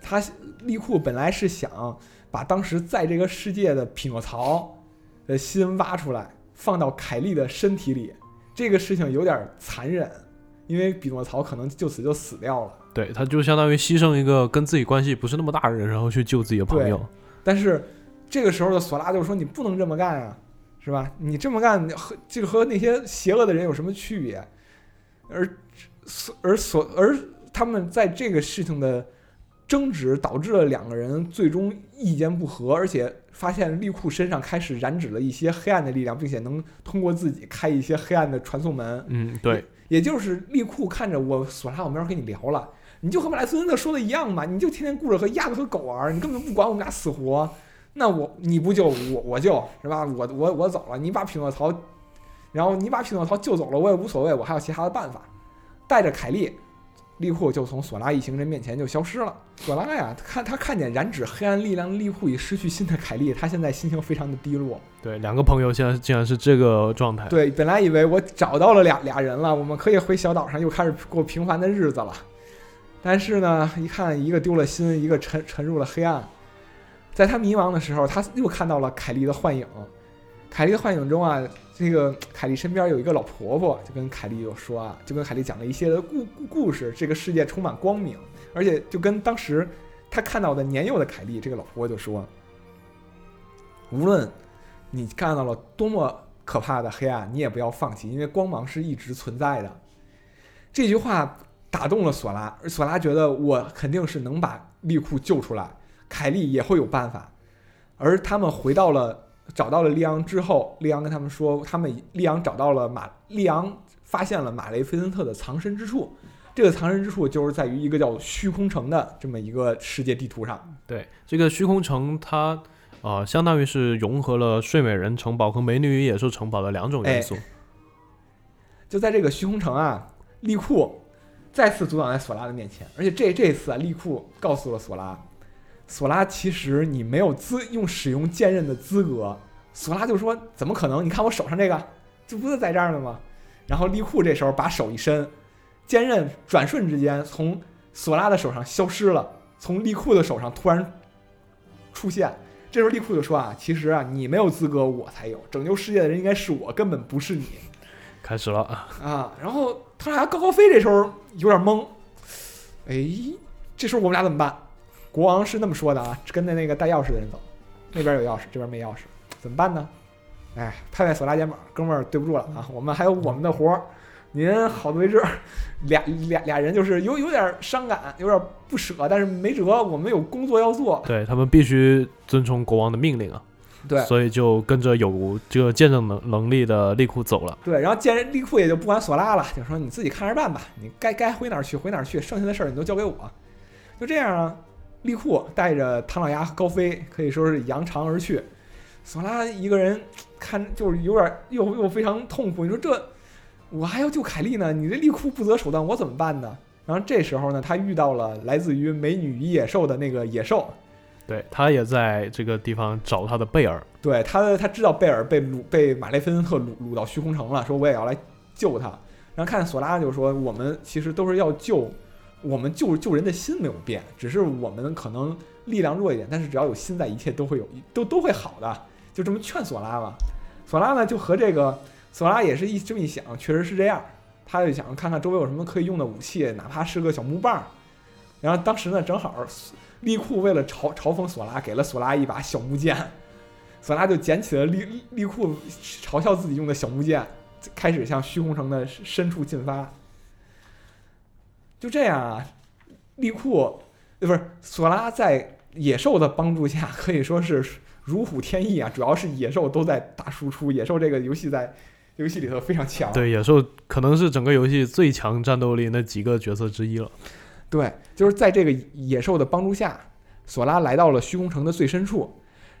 Speaker 3: 他利库本来是想把当时在这个世界的匹诺曹的心挖出来，放到凯莉的身体里，这个事情有点残忍，因为匹诺曹可能就此就死掉了。
Speaker 4: 对，他就相当于牺牲一个跟自己关系不是那么大的人，然后去救自己的朋友。
Speaker 3: 但是这个时候的索拉就说：“你不能这么干啊，是吧？你这么干和这个和那些邪恶的人有什么区别？”而而所而他们在这个事情的争执导致了两个人最终意见不合，而且发现利库身上开始染指了一些黑暗的力量，并且能通过自己开一些黑暗的传送门。
Speaker 4: 嗯，对，
Speaker 3: 也就是利库看着我索拉，我没法跟你聊了，你就和麦莱斯恩特说的一样嘛，你就天天顾着和鸭子和狗玩，你根本不管我们俩死活。那我你不救我我救是吧？我我我走了，你把匹诺曹，然后你把匹诺曹救走了，我也无所谓，我还有其他的办法。带着凯莉，利库就从索拉一行人面前就消失了。索拉呀，看他看见染指黑暗力量的利库已失去心的凯莉，他现在心情非常的低落。
Speaker 4: 对，两个朋友现在竟然是这个状态。
Speaker 3: 对，本来以为我找到了俩俩人了，我们可以回小岛上又开始过平凡的日子了。但是呢，一看一个丢了心，一个沉沉入了黑暗。在他迷茫的时候，他又看到了凯莉的幻影。凯莉的幻影中啊，这个凯莉身边有一个老婆婆，就跟凯莉就说啊，就跟凯莉讲了一些的故故故事，这个世界充满光明，而且就跟当时他看到的年幼的凯莉，这个老婆婆就说，无论你看到了多么可怕的黑暗，你也不要放弃，因为光芒是一直存在的。这句话打动了索拉，而索拉觉得我肯定是能把利库救出来，凯莉也会有办法。而他们回到了找到了利昂之后，利昂跟他们说，他们利昂找到了马，利昂发现了马雷菲森特的藏身之处。这个藏身之处就是在于一个叫虚空城的这么一个世界地图上。
Speaker 4: 对，这个虚空城它呃，相当于是融合了睡美人城堡和美女与野兽城堡的两种元素。
Speaker 3: 就在这个虚空城啊，利库再次阻挡在索拉的面前，而且这这次啊，利库告诉了索拉，索拉其实你没有资用使用剑刃的资格。索拉就说：“怎么可能？你看我手上这个，这不是在这儿呢吗？”然后利库这时候把手一伸，剑刃转瞬之间从索拉的手上消失了，从利库的手上突然出现。这时候利库就说：“啊，其实啊，你没有资格，我才有。拯救世界的人应该是我，根本不是你。”
Speaker 4: 开始了啊，
Speaker 3: 啊，然后他俩高高飞这时候有点懵，哎，这时候我们俩怎么办？国王是那么说的啊，跟着那个带钥匙的人走，那边有钥匙，这边没钥匙，怎么办呢？哎，拍拍索拉肩膀，哥们儿，对不住了啊，我们还有我们的活儿，您好自为之。俩俩俩人就是有有点伤感，有点不舍，但是没辙，我们有工作要做。
Speaker 4: 对他们必须遵从国王的命令啊，
Speaker 3: 对，
Speaker 4: 所以就跟着有这个见证能能力的利库走了。
Speaker 3: 对，然后既然利库也就不管索拉了，就说你自己看着办吧，你该该回哪儿去回哪儿去，剩下的事儿你都交给我。就这样啊，利库带着唐老鸭和高飞可以说是扬长而去。索拉一个人看就是有点儿又又非常痛苦。你说这我还要救凯莉呢，你这利库不择手段，我怎么办呢？然后这时候呢，他遇到了来自于美女与野兽的那个野兽，
Speaker 4: 对他也在这个地方找他的贝尔。
Speaker 3: 对他，他知道贝尔被掳被马雷菲森特掳掳到虚空城了，说我也要来救他。然后看索拉就说，我们其实都是要救，我们救救人的心没有变，只是我们可能力量弱一点，但是只要有心在，一切都会有都 都会好的。就这么劝索拉嘛。索拉呢就和这个索拉也是一这么一想，确实是这样。他就想看看周围有什么可以用的武器，哪怕是个小木棒儿。然后当时呢，正好呃利库为了嘲嘲讽索拉，给了索拉一把小木剑。索拉就捡起了利利库嘲笑自己用的小木剑，开始向虚空城的深处进发。就这样啊，利库呃不是索拉在野兽的帮助下，可以说是如虎添翼啊。主要是野兽都在大输出，野兽这个游戏在游戏里头非常强。
Speaker 4: 对，野兽可能是整个游戏最强战斗力那几个角色之一了。
Speaker 3: 对，就是在这个野兽的帮助下，索拉来到了虚空城的最深处。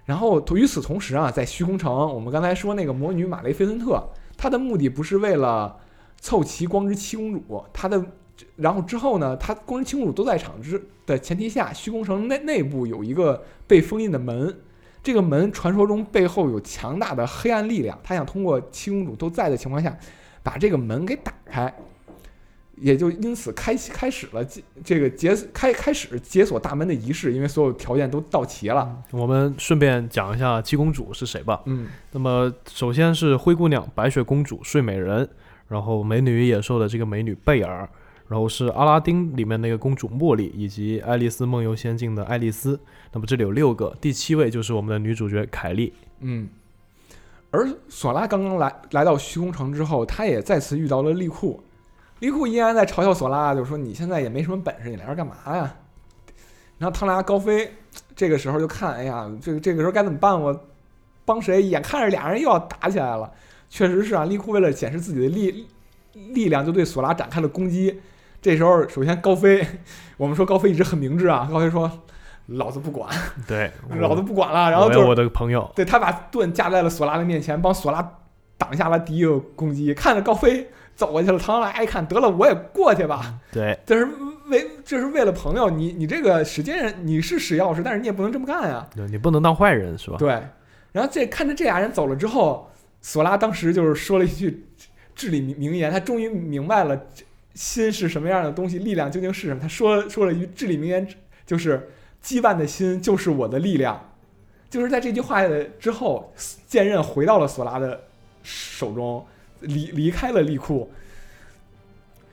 Speaker 3: 然后与此同时啊，在虚空城，我们刚才说那个魔女马雷菲森特，她的目的不是为了凑齐光之七公主，她的然后之后呢，她光之七公主都在场之的前提下，虚空城内内部有一个被封印的门，这个门传说中背后有强大的黑暗力量，她想通过七公主都在的情况下，把这个门给打开。也就因此开启开始了解这个解开开始解锁大门的仪式，因为所有条件都到齐了。
Speaker 4: 我们顺便讲一下七公主是谁吧。
Speaker 3: 嗯，
Speaker 4: 那么首先是灰姑娘、白雪公主、睡美人，然后美女与野兽的这个美女贝尔，然后是阿拉丁里面那个公主茉莉，以及《爱丽丝梦游仙境》的爱丽丝。那么这里有六个，第七位就是我们的女主角凯莉。
Speaker 3: 嗯，而索拉刚刚来来到虚空城之后，他也再次遇到了利库，利库依然在嘲笑索拉，就说你现在也没什么本事，你来这儿干嘛呀？然后唐拉高飞这个时候就看，哎呀，这个这个时候该怎么办？我帮谁？眼看着俩人又要打起来了。确实是啊，利库为了显示自己的力力量，就对索拉展开了攻击。这时候，首先高飞， 我们说高飞一直很明智啊。高飞说：“老子不管，
Speaker 4: 对，
Speaker 3: 老子不管了。”然
Speaker 4: 我
Speaker 3: 后
Speaker 4: 有
Speaker 3: 就
Speaker 4: 我的朋友，
Speaker 3: 对他把盾架在了索拉的面前，帮索拉挡下了第一个攻击。看着高飞走过去了，唐拉一看，得了，我也过去吧。
Speaker 4: 对，
Speaker 3: 这是为这是为了朋友，你你这个使劲儿，你是使钥匙，但是你也不能这么干啊呀。
Speaker 4: 你不能当坏人是吧？
Speaker 3: 对，然后这看着这俩人走了之后，索拉当时就是说了一句至理名名言，他终于明白了这心是什么样的东西，力量究竟是什么。他说说了一句至理名言，就是羁绊的心就是我的力量。就是在这句话的之后，剑刃回到了索拉的手中，离离开了利库。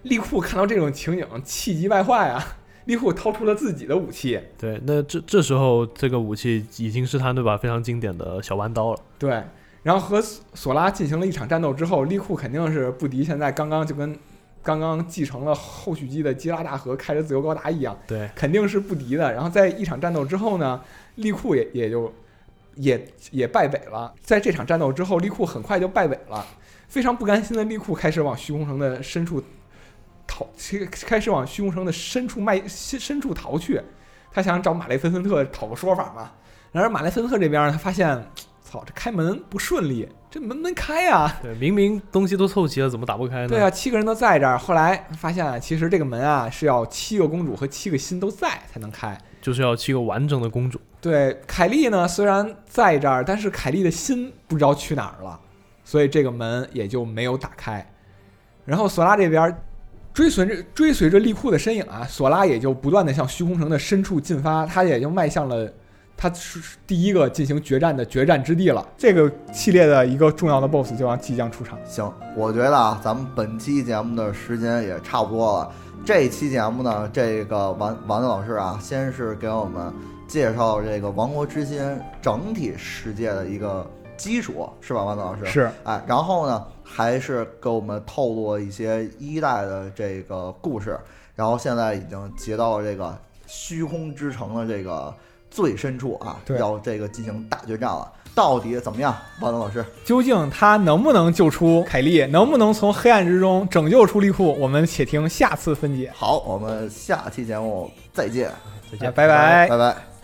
Speaker 3: 利库看到这种情景，气急败坏啊！利库掏出了自己的武器，
Speaker 4: 对，那这这时候这个武器已经是他对吧非常经典的小弯刀了。
Speaker 3: 对，然后和索索拉进行了一场战斗之后，利库肯定是不敌现在刚刚就跟刚刚继承了后续机的基拉大河开着自由高达一样，
Speaker 4: 对，
Speaker 3: 肯定是不敌的。然后在一场战斗之后呢，利库也也就也也败北了。在这场战斗之后，利库很快就败北了，非常不甘心的利库开始往虚空城的深处逃，开开始往虚空城的深处迈深深处逃去。他想找马雷芬森特讨个说法嘛。然而马雷芬特这边呢，他发现，操，这开门不顺利，这门没开啊。
Speaker 4: 对，明明东西都凑齐了，怎么打不开呢？
Speaker 3: 对啊，，七个人都在这儿。后来发现啊，其实这个门啊是要七个公主和七个心都在才能开。
Speaker 4: 就是要七个完整的公主。
Speaker 3: 对，凯莉呢虽然在这儿，但是凯莉的心不知道去哪儿了，所以这个门也就没有打开。然后索拉这边追随着追随着利库的身影啊，索拉也就不断的向虚空城的深处进发，他也就迈向了他是第一个进行决战的决战之地了。这个系列的一个重要的 BOSS 就要即将出场。
Speaker 2: 行，我觉得啊，咱们本期节目的时间也差不多了。这期节目呢，这个王王子老师啊，先是给我们介绍这个《王国之心》整体世界的一个基础，是吧，王子老师？。
Speaker 3: 是
Speaker 2: 哎，然后呢，还是给我们透露了一些一代的这个故事，然后现在已经结到这个虚空之城的这个最深处啊，
Speaker 3: 对
Speaker 2: 要这个进行大决战了。到底怎么样，王子老师？
Speaker 3: 究竟他能不能救出凯莉，能不能从黑暗之中拯救出利库？我们且听下次分解。
Speaker 2: 好，我们下期节目再见，
Speaker 4: 再见
Speaker 3: 啊拜拜
Speaker 2: 拜拜。